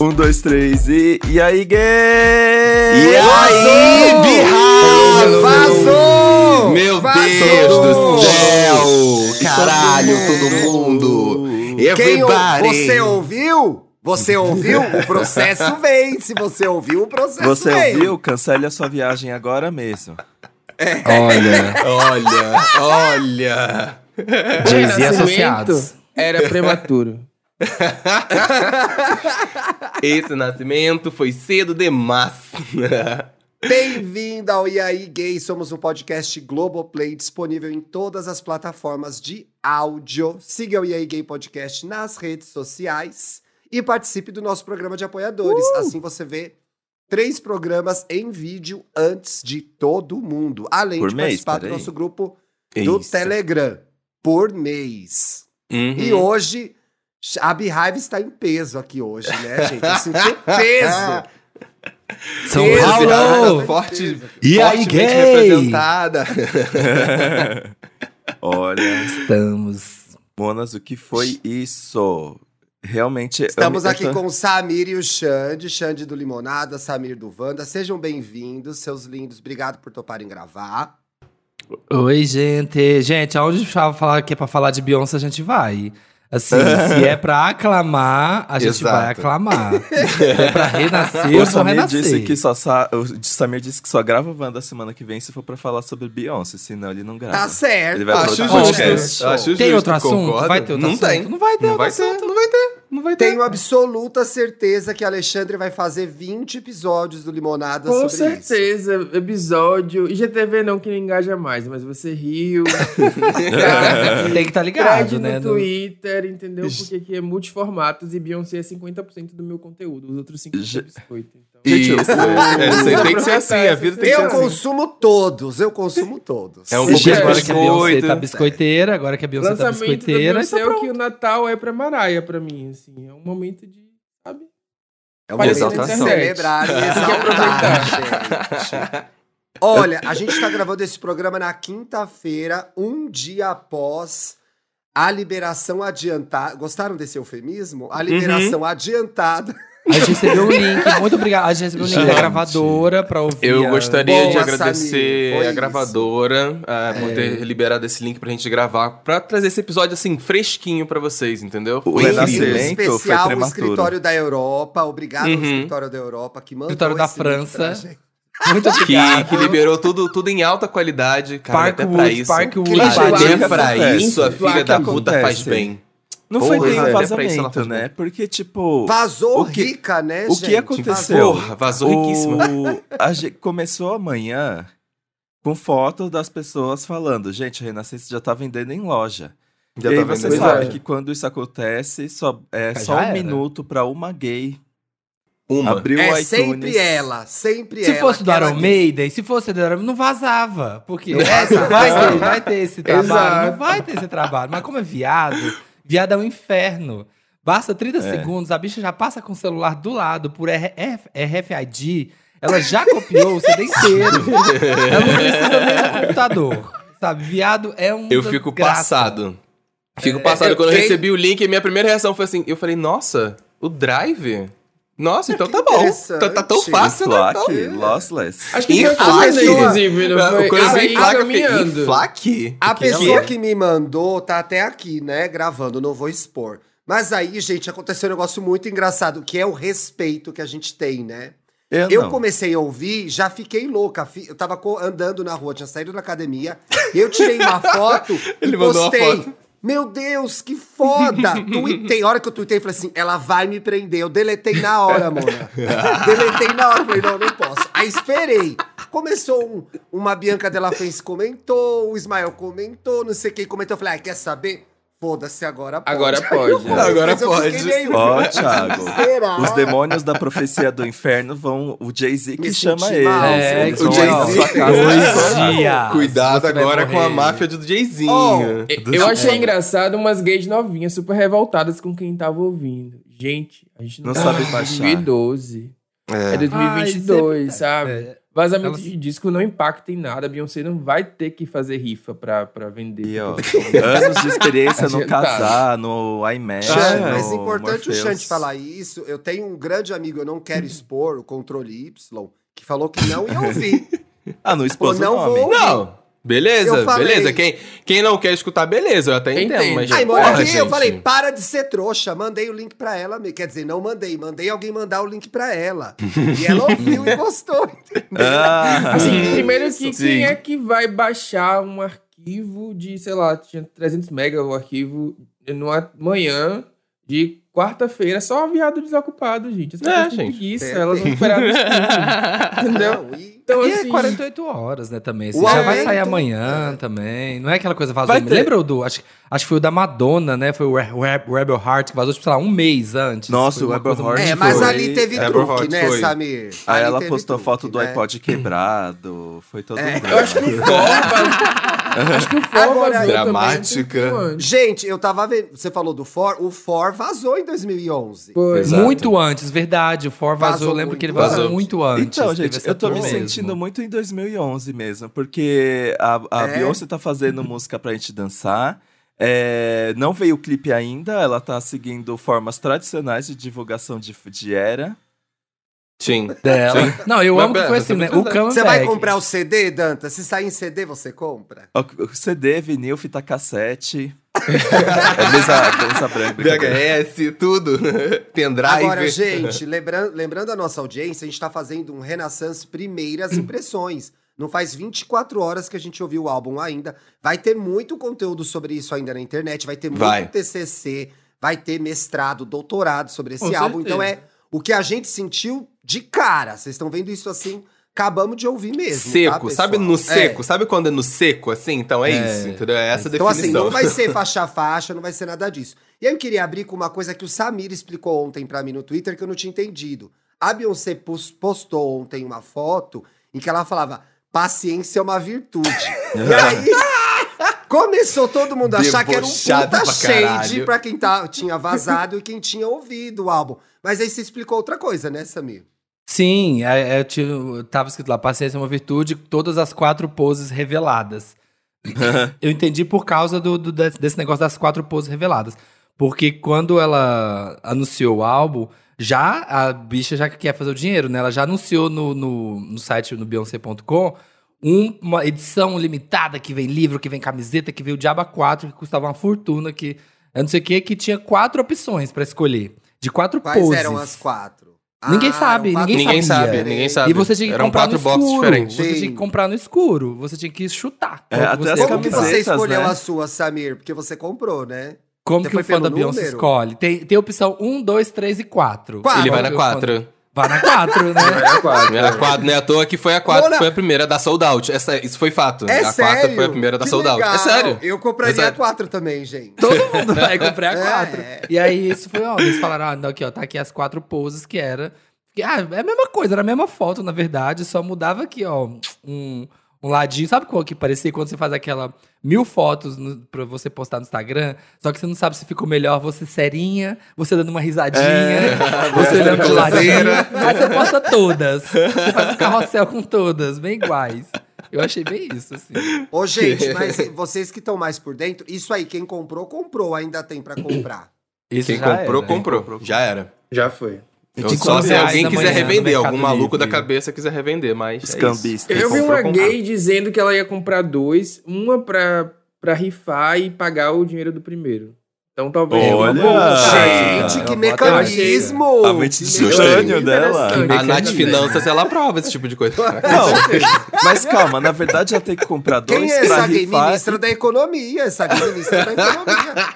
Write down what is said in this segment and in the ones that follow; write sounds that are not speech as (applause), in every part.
Um, dois, três e. E aí, gay! É E aí, birra! Vazou! Meu Vazou! Deus do céu! Caralho, todo mundo! Quem ou- você Everybody! ouviu? Você ouviu? O processo vem. Se você ouviu, o processo Você vem. ouviu? Cancele a sua viagem agora mesmo. Olha, Olha, olha! Jay-Z Nascimento associados. Era prematuro. Esse nascimento foi cedo demais. Bem-vindo ao E aí Gay, somos um podcast Globoplay disponível em todas as plataformas de áudio. Siga o E aí Gay Podcast nas redes sociais e participe do nosso programa de apoiadores. Uh! Assim você vê três programas em vídeo antes de todo mundo, além Por de mês, participar do peraí. nosso grupo É do Isso. Telegram por mês. E Uhum. hoje a Beehive está em peso aqui hoje, né, gente? Eu (laughs) senti peso. São Peso, Paulo! cara, Forte- peso. E aí, Fortemente gay? representada. Olha, Estamos. Monas, o que foi isso? Realmente. eu Estamos me- eu aqui tô- com o Samir e o Xande, Xande do Limonada, Samir do Wanda. Sejam bem-vindos, seus lindos. Obrigado por toparem gravar. Oi, gente. Gente, aonde fa- falar que é pra falar de Beyoncé, a gente vai. (laughs) Assim, se é pra aclamar, a gente Exato. (laughs) vai aclamar. se é pra renascer, O eu vou Samir renascer. disse que só sa... o Samir disse que só grava o Wanda semana que vem se for pra falar sobre Beyoncé, senão ele não grava. Tá certo. Ah, Ele vai Acho aproveitar justo. o podcast. Acho justo, Tem outro assunto? concordo. Vai ter outro Não assunto? tem. Não vai ter Não outro vai ter, assunto. não vai ter, não vai ter. Tenho absoluta certeza que Alexandre vai fazer 20 episódios do É Limonada Com sobre isso. certeza, episódio. IGTV não que não engaja mais, mas (laughs) você riu. Cara, Tem que estar Thread ligado, no né? no- Twitter, entendeu? Porque aqui é multiformatos e Beyoncé é 50% do meu conteúdo, os outros 50% Je- é biscoito. Então. Isso. Gente, (laughs) É, você tem que ser assim, a vida tem que ser Eu assim. consumo todos, eu consumo todos. É um pouco Gente, de agora que a Beyoncé biscoito. tá biscoiteira, agora que a Beyoncé tá Lançamento da biscoiteira, Beyoncé então é o pronto. que o Natal é pra Maraia pra mim, assim. É um momento de, sabe? É um Olha, momento de exaltação. celebrar e exaltar, gente. Olha, a gente está gravando esse programa na quinta-feira, um dia após a liberação adiantada. Gostaram desse eufemismo? Uhum. A liberação adiantada. A gente recebeu um link, muito obrigado. A gente recebeu um link da Gente. gravadora pra ouvir. Eu a- gostaria de Boa, agradecer Samir. Foi a gravadora É. ah, por ter liberado esse link pra gente gravar, pra trazer esse episódio assim, fresquinho pra vocês, entendeu? O Foi Em Renascimento incrível. foi especial o prematuro. escritório da Europa. Obrigado ao Uhum. escritório da Europa que mandou Escritório da esse link França. pra gente. Muito Que, obrigado. que liberou tudo, tudo em alta qualidade, cara, até pra Parkwood, isso. Parkwood. Que Parkwood. Até Isso pra acontece. isso, a Isso filha da acontece. puta faz bem. Não foi Porra, bem um até pra isso ela vazamento, faz né? bem. Porque, tipo. Vazou O que- rica, né, o gente? que aconteceu? Porra, vazou riquíssima. O- a gente começou amanhã com fotos das pessoas falando, gente, a Renascença já tá vendendo em loja. e aí tá você vendo? sabe em loja. que quando isso acontece, só, é Já só um era. Minuto pra uma gay. Uma. Abriu É o iTunes. sempre ela, sempre ela. Se fosse do aquela Iron que- Maiden, se fosse do Iron Maiden, não vazava. Porque Não vazava. vai, ter, vai ter esse trabalho, Exato. não vai ter esse trabalho. Mas como é viado, viado é um inferno. Basta 30 É. segundos, a bicha já passa com o celular do lado por RF RFID, ela já copiou o CD inteiro. Ela não precisa nem do computador. Sabe, viado é um. Eu fico desgraça. passado. Fico passado. eu Quando eu tenho- recebi o link, a minha primeira reação foi assim: eu falei, nossa, o drive? Nossa, então tá bom. Tá, tá tão interessante. fácil, né? Então- Slack, Lossless. Acho que foi Inflaque. tudo, inclusive, não Ah, foi? Quando eu Aí vi Flaque, eu fiquei, caminhando. "Ih, Flaque? A Que pessoa que que me mandou tá até aqui, né, gravando, não vou expor. Mas aí, gente, aconteceu um negócio muito engraçado, que é o respeito que a gente tem, né? Eu, Eu não. comecei a ouvir, já fiquei louca. fi- Eu tava co- andando na rua, tinha saído da academia, eu tirei uma (laughs) foto Ele e mandou uma postei. foto. Meu Deus, que (laughs) foda! Tuitei. A hora que eu tuitei, eu falei assim: ela vai me prender. Eu deletei na hora, Mona. (laughs) deletei na hora. Falei: não, não posso. Aí esperei. Começou um- uma Bianca Della Fence comentou, o Ismael comentou, não sei quem comentou. Eu falei: ah, quer saber? Foda-se, agora pode. Agora Aí (laughs) pode. eu fui, é. Agora é. mas eu fiquei pode. meio- né? (laughs) Ó, Thiago. Será? Os demônios da profecia do inferno vão. O Jay-Z que Me chama senti ele. mal. É, Eles O vão Jay-Z lá na sua casa. dois dias. Ah, Cuidado Você vai agora com a morrer. máfia do Jayzinho. Oh, É, Eu achei engraçado umas gays novinhas, super revoltadas com quem tava ouvindo. Gente, a gente não, Não tá sabe em baixar. 2012. É, Ai, 2022, sempre- sabe? É, Vazamento Elas- de disco não impacta em nada. A Beyoncé não vai ter que fazer rifa pra, pra vender. E, ó, anos de (laughs) experiência no Adiantado. casar, no iMac. Xan, no É, mas importante o Xan Morpheus. te falar isso. Eu tenho um grande amigo, eu não quero expor, o controle Y, que falou que não ia ouvir. Ah, não expôs Pô, não o nome. vou- Não, beleza, Eu falei. beleza. Quem, quem não quer escutar, beleza, eu até entendo. Entendo. Mas, Aí, porra, aqui, eu gente. falei, para de ser trouxa. Mandei o link pra ela. me- Quer dizer, não mandei. Mandei alguém mandar o link pra ela. E ela ouviu e postou. Ah, (laughs) Assim, Hum, primeiro que isso. Sim. quem é que vai baixar um arquivo de, sei lá, tinha 300 mega o arquivo numa manhã de quarta-feira, só um viado desocupado, gente. As É, pessoas têm gente. preguiça, É, elas vão (laughs) esperar no streaming, entendeu? Não, e- Então, E assim, é 48 horas, né, também. Assim, O já vai aumento- sair amanhã também. Não é aquela coisa vazou. Vai ter. Lembra o do. Acho, acho que foi o da Madonna, né? Foi o Re- Re- Rebel Heart que vazou, tipo, sei lá, um mês antes. Nossa, Foi o uma Rebel coisa muito Heart É, Foi. mas ali teve É, truque, foi. né, Foi. Samir? Aí Ali ela teve postou truque, foto do né? iPod quebrado. Foi todo mundo. eu acho que o Forva. acho que o Forva Agora, vazou dramática. também um pouco antes. Gente, eu tava vendo. Você falou do For. O For vazou em 2011. Pois. Exato. Muito antes, verdade. O For vazou, Vazou eu lembro muito que ele vazou, antes. muito antes. Então, teve gente, essa eu tô me turma mesmo. sentindo muito em 2011 mesmo, porque a, a É? Beyoncé tá fazendo música pra gente dançar. É, não veio o clipe ainda, ela tá seguindo formas tradicionais de divulgação de, de era. Sim. dela. Não, eu Mas amo que pera, foi você assim, tá né? O pensando- comeback. Você vai comprar o CD, Danta? Se sair em CD, você compra? O- o CD, vinil, fita cassete. é dança, dança branca. VHS, tudo. Pendrive. Agora, gente, lembran- lembrando a nossa audiência, a gente tá fazendo um Renaissance Primeiras Impressões. Não faz 24 horas que a gente ouviu o álbum ainda. Vai ter muito conteúdo sobre isso ainda na internet, vai ter muito Vai. TCC, vai ter mestrado, doutorado sobre esse Com álbum. Então é certeza. o que a gente sentiu de cara. Vocês estão vendo isso assim, acabamos de ouvir mesmo. tá, Seco, pessoal? sabe no É. seco? Sabe quando é no seco, assim? Então é, É. isso, entendeu? É essa a Então, definição. assim, não (laughs) vai ser faixa a faixa, não vai ser nada disso. E aí eu queria abrir com uma coisa que o Samir explicou ontem pra mim no Twitter que eu não tinha entendido. A Beyoncé pos- postou ontem uma foto em que ela falava: paciência é uma (laughs) virtude. e aí. Começou todo mundo a achar que era um Debochado puta pra shade caralho. pra quem tá, tinha vazado e quem tinha ouvido o álbum. Mas aí você explicou outra coisa, né, Samir? Sim, é, é, eu tinha- tava escrito lá, paciência é uma virtude, todas as quatro poses reveladas. eu entendi por causa do, do- desse desse negócio das quatro poses reveladas. Porque quando ela anunciou o álbum, já a bicha já quer fazer o dinheiro, né? Ela já anunciou no, no, no site no Beyoncé.com um- uma edição limitada que vem livro, que vem camiseta, que veio o Diaba 4, que custava uma fortuna, que eu não sei o que, que tinha quatro opções pra escolher. De quatro Quais poses. eram as quatro? Ah, Ninguém eram sabe, quatro- ninguém Ninguém sabia. sabe, ninguém sabe. E você tinha que Eram comprar no quatro escuro. boxes diferentes. Você Sim. tinha que comprar no escuro. Você tinha que chutar. É, quanto até as ia Como que comprar. você camisetas, escolheu né? a sua, Samir? Porque você comprou, né? Como Você que foi o fã pelo da Beyoncé número? escolhe? Tem, tem opção 1, 2, 3 e 4. Quatro. Ele vai Como na que o fã- 4. Vai na 4, né? Era quatro. Era 4, né? À toa que foi a 4, Mona- foi a primeira da Sold Out. Essa, isso foi fato. né? É a sério? 4 foi a primeira da Que Sold Out. legal. É sério. Eu compraria É a sério. 4 também, gente. (laughs) Todo mundo vai comprar a 4. É. E aí, isso foi, ó, eles falaram, ah, não, aqui, ó, tá aqui as quatro poses que era. Que, ah, é a mesma coisa, era a mesma foto, na verdade, só mudava aqui, ó, um, um ladinho. Sabe qual que parecia quando você faz aquela mil fotos no, pra você postar no Instagram? Só que você não sabe se ficou melhor você serinha, você dando uma risadinha, você dando um ladinho. coleira. Aí você posta todas. Você faz um carrossel com todas, bem iguais. Eu achei bem isso, assim. Ô, (laughs) gente, mas vocês que estão mais por dentro, isso aí, quem comprou, comprou, ainda tem pra comprar. Isso Quem já comprou, né? né? era. comprou, comprou. Já era. é. Já foi. Eu Eu tinha só se comprado alguém na quiser manhã no revender, Mercado algum maluco da Livre. cabeça quiser revender, mas. é isso. Escambista. Eu vi comprou, uma comprou. gay dizendo que ela ia comprar dois, uma pra, pra rifar e pagar o dinheiro do primeiro. Então talvez. Olha! Gente, Ah, gente, que eu vou até- Oh, mecanismo! A mente de Que gostei. gênio dela. Interessante. A Nath Mecanismo. Finanças, ela aprova esse tipo (laughs) de coisa. Não, mas calma, na verdade já tem que comprar dois Quem é pra essa gay? rifar. Ministra da Economia, essa gay ministra da Economia.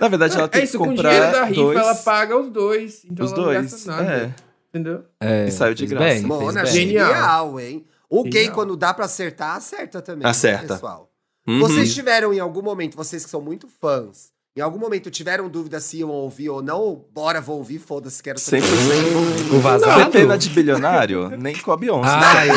Na verdade ela É tem isso, que com o dinheiro da comprar rifa dois, ela paga os dois. Então os ela dois. não gasta nada. É. Entendeu? É, E saiu de fez graça. bem, Mona, fez bem. é genial. Genial. hein? O gay, Genial. quando dá pra acertar, acerta também. né, Acerta. Pessoal. Uhum. Vocês tiveram em algum momento, vocês que são muito fãs, em algum momento tiveram dúvida se iam ouvir ou não? Ou Bora, vou ouvir, foda-se, quero saber. Sempre O vazado? Ah, Você pena de bilionário? Nem com a Beyoncé. Ah, é.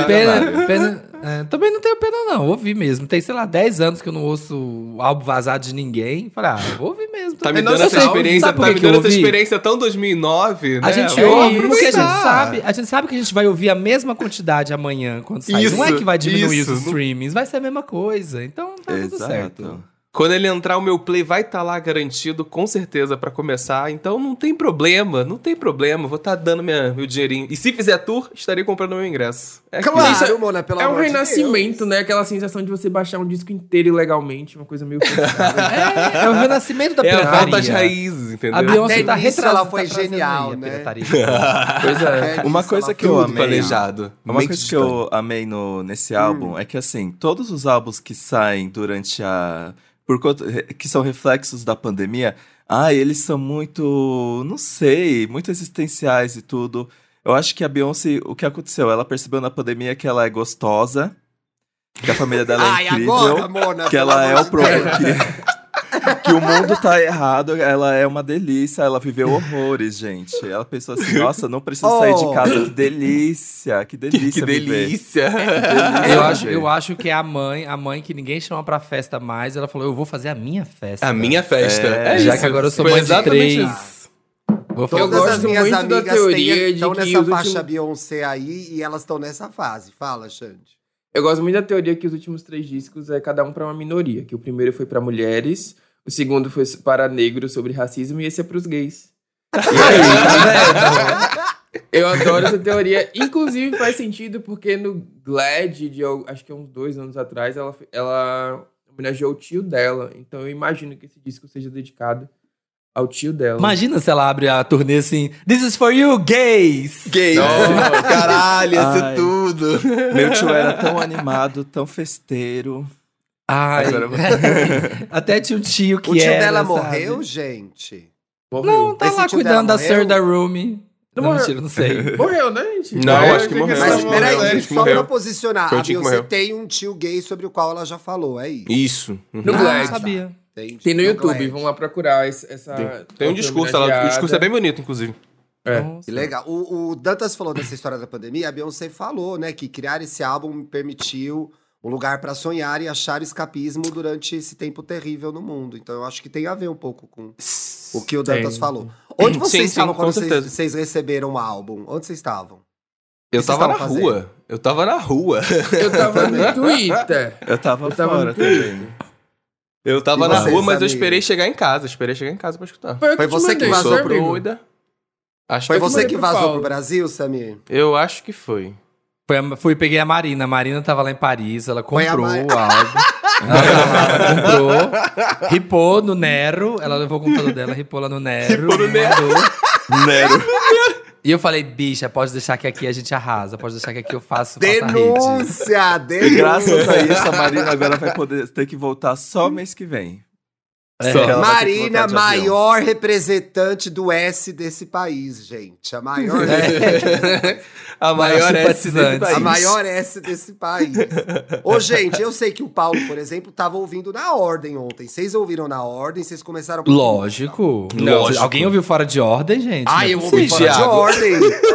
é, pena, pena, É, também não tenho pena, não. Ouvi mesmo. Tem, sei lá, 10 anos que eu não ouço álbum vazado de ninguém. Falei, ah, vou ouvir mesmo. Tá me também. dando Não, eu essa sei, experiência, sabe por tá que me que eu dando essa ouvi? experiência tão 2009, né? A gente Eu- ouve porque a gente aproveitar. sabe. A gente sabe que a gente vai ouvir a mesma quantidade amanhã quando sair. não é Isso, que vai diminuir isso, os não- streamings, vai ser a mesma coisa. Então tá tudo (laughs) certo. Exato. Quando ele entrar, o meu play vai estar lá garantido, com certeza, pra começar. Então não tem problema, não tem problema. Vou estar dando minha, meu dinheirinho. E se fizer tour, estarei comprando meu ingresso. É aquilo. Claro, Isso é- Mona, pelo É um amor de renascimento, Deus. né? Aquela sensação de você baixar um disco inteiro ilegalmente, uma (laughs) coisa meio forçada. É, é o renascimento da É a volta às pirataria. raízes, entendeu? É a Beyoncé Até tá nisso retrasada. ela foi tá trazendo genial, aí a né? pirataria. Pois é. É Uma disso, coisa ela que eu Tudo amei. É planejado. É Uma Bem coisa que digital. eu amei no, nesse Hum. álbum é que, assim, todos os álbuns que saem durante a. Por conta, re- que são reflexos da pandemia, ah, eles são muito. não sei, muito existenciais e tudo. Eu acho que a Beyoncé, o que aconteceu? Ela percebeu na pandemia que ela é gostosa, que a família dela é Ai, incrível agora, Mona. que pelo ela é amor o de problema. Deus. Que, que o mundo tá errado, ela é uma delícia, ela viveu horrores, gente. Ela pensou assim, nossa, não preciso sair de Oh. casa, que delícia, que Que, delícia que viver. (laughs) delícia. delícia. eu, acho, eu acho que é a mãe, a mãe que ninguém chama pra festa mais, ela falou: eu vou fazer a minha festa. A minha festa. É, É, Já isso. que agora eu sou Foi mãe de exatamente três. isso. Vou fazer Eu Todas gosto as minhas muito da amigas teoria têm, de estão que nessa os faixa últimos- Beyoncé aí e elas estão nessa fase. Fala, Xande. Eu gosto muito da teoria que os últimos três discos é cada um pra uma minoria. Que o primeiro foi pra mulheres, o segundo foi para negros sobre racismo e esse é pros (laughs) gays. E aí, tá vendo? Eu adoro essa teoria. Inclusive faz sentido porque no Glad, de, al- acho que há uns dois anos atrás, ela, fe- ela homenageou o tio dela. Então eu imagino que esse disco seja dedicado ao tio dela. Imagina se ela abre a turnê assim: This is for you, gays! Gays. Caralho, ia ser Ai. tudo. Meu tio era tão animado, tão festeiro. Ai. Agora eu vou- (laughs) Até tinha um tio que O tio era, dela sabe? morreu, gente? Morreu. Não, tá Esse lá tio cuidando dela da Sir morreu? da Room. Não Não, morreu. mentira, (laughs) não sei. Morreu, né, gente? Não, Eu acho que achei morreu. ela Mas Não, peraí, não, gente, acho que só pra morreu. posicionar. Foi A o tio que Beyoncé morreu. tem um tio gay sobre o qual ela já falou, é isso. Isso. Uhum. No Ah, Glad. sabia. Entendi. Tem no YouTube, Glad. vamos lá procurar esse- essa. Tem um outra discurso, ela, o discurso é homenageada. bem bonito, inclusive. É. Nossa. Que legal. O, o Dantas falou dessa história da pandemia, a Beyoncé falou, né, que criar esse álbum me permitiu um lugar pra sonhar e achar escapismo durante esse tempo terrível no mundo. Então eu acho que tem a ver um pouco com o que o Dantas Tem. falou. Onde vocês Sim, sim, estavam com quando vocês, certeza. vocês receberam o álbum? Onde vocês estavam? Eu vocês tava na estavam fazendo? rua. Eu tava na rua. Eu (laughs) tava no Twitter. Eu tava, Eu tava fora no Twitter. também. Eu tava E na vocês, rua, mas eu amigos? esperei chegar em casa. Esperei chegar em casa pra escutar. eu Foi te você que mandei, vazou foi, Sou amigo. proida. Acho Foi que você mandei que pro vazou Paulo. pro Brasil, Samir? Eu acho que foi. Foi a- fui e peguei a Marina. A Marina tava lá em Paris, ela Foi a comprou Mar- (laughs) o álbum. ela comprou, ripou no Nero. Ela levou o computador dela, ripou lá no Nero. Ripou no me Nero. mandou. Nero. E eu falei, bicha, pode deixar que aqui a gente arrasa, pode deixar que aqui eu faço, faço a rede. Denúncia! E Denúncia! graças a isso, a Marina agora vai poder ter que voltar só mês que vem. É. Só que ela vai ter que voltar Marina, de avião. maior representante do S desse país, gente. A maior, A maior é esse simpatizante. a isso. maior S desse país. Ô, gente, eu sei que o Paulo, por exemplo, tava ouvindo na ordem ontem. Vocês ouviram na ordem, vocês começaram... por- Lógico. Não. Lógico. Alguém ouviu fora de ordem, gente? Não Ah, é eu ouvi possível. fora de Thiago. ordem.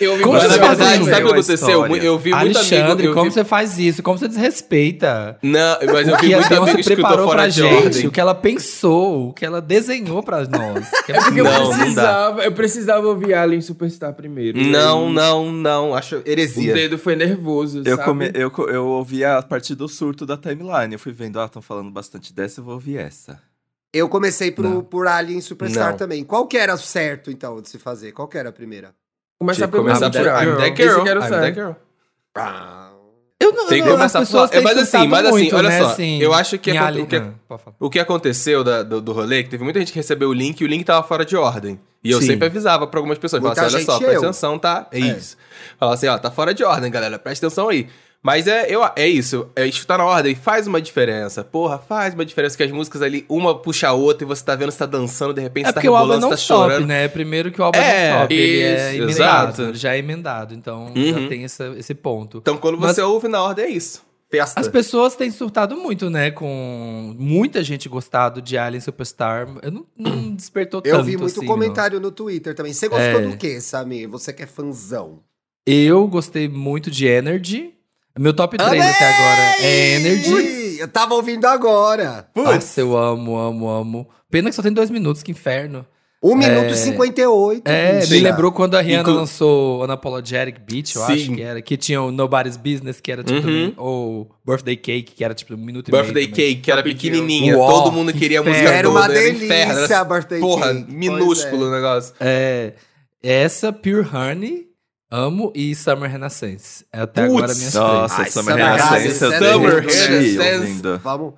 Eu ouvi Como falar Mas, assim, na você da faz verdade, isso? sabe o que aconteceu? História. Eu vi muito Alexandre, amigo. Eu como vi... você faz isso? Como você desrespeita? Não, mas eu o que vi a muito amigo Beyoncé que escutou preparou fora pra de gente, ordem. o que ela pensou, o que ela desenhou pra nós. Que é Porque eu Não, não precisava, eu precisava ouvir Alien Superstar primeiro. Não, não, não. Acho O heresia. dedo foi nervoso, Eu, sabe? come, eu, co- eu ouvi a partir do surto da timeline. Eu fui vendo, ah, estão falando bastante dessa, eu vou ouvir essa. Eu comecei Não. pro, por Alien Superstar Não. também. Qual que era o certo, então, de se fazer? Qual que era a primeira? Começar Tinha que pelo começar por I'm that girl. Esse que era o I'm certo. that girl. Eu não, Tem que eu não- começar as a falar. É, pessoas têm mas assim, surtado mas assim, muito, olha né, só, assim, eu acho que é em acon- Ali- o que- Ah, pode falar. O que aconteceu da- do, do rolê, é que teve muita gente que recebeu o link e o link tava fora de ordem. E eu Sim. sempre avisava pra algumas pessoas. Muita Falava assim, gente olha só, e eu." presta atenção, tá? É isso. Falava assim, ó, tá fora de ordem, galera, presta atenção aí. Mas é, eu, é isso, é escutar na ordem faz uma diferença. Porra, faz uma diferença que as músicas ali, uma puxa a outra e você tá vendo, você tá dançando, de repente É você tá porque o álbum é rebolando, você não tá stop, chorando. né? Primeiro que o álbum é, É, não stop, ele é isso, emendado, exato. Uhum. ele já é emendado, então já tem essa- esse ponto. Então quando Mas- você ouve na ordem, é isso. Festa. As pessoas têm surtado muito, né? Com muita gente gostado de Alien Superstar. Eu não, (clears throat) não despertou tanto. Eu vi muito assim, não. comentário no Twitter também. Você gostou É. do quê, Samir? Você que é fãzão. Eu gostei muito de Energy. Meu top 3 até agora é Energy. Ui, eu tava ouvindo agora. Nossa, eu amo, amo, amo. Pena que só tem dois minutos, que inferno. 1 minuto e 58. É, bicha. me lembrou quando a Rihanna Inclu- lançou Unapologetic Beach, eu acho Sim. que era, que tinha o Nobody's Business, que era tipo, Uhum. também, ou Birthday Cake, que era tipo um minuto Birthday e meio. também. Cake, que era Rapidinho. pequenininha. um- Uó, todo mundo queria a música Era uma toda, delícia inferno, era assim, a birthday Porra, cake. minúsculo o negócio. É, essa, Pure Honey, amo, e Summer Renaissance. É Até Putz, agora minhas Nossa, é Ai, Summer Summer Renaissance, eu Renaissance. derreti Summer ouvindo. Vamos,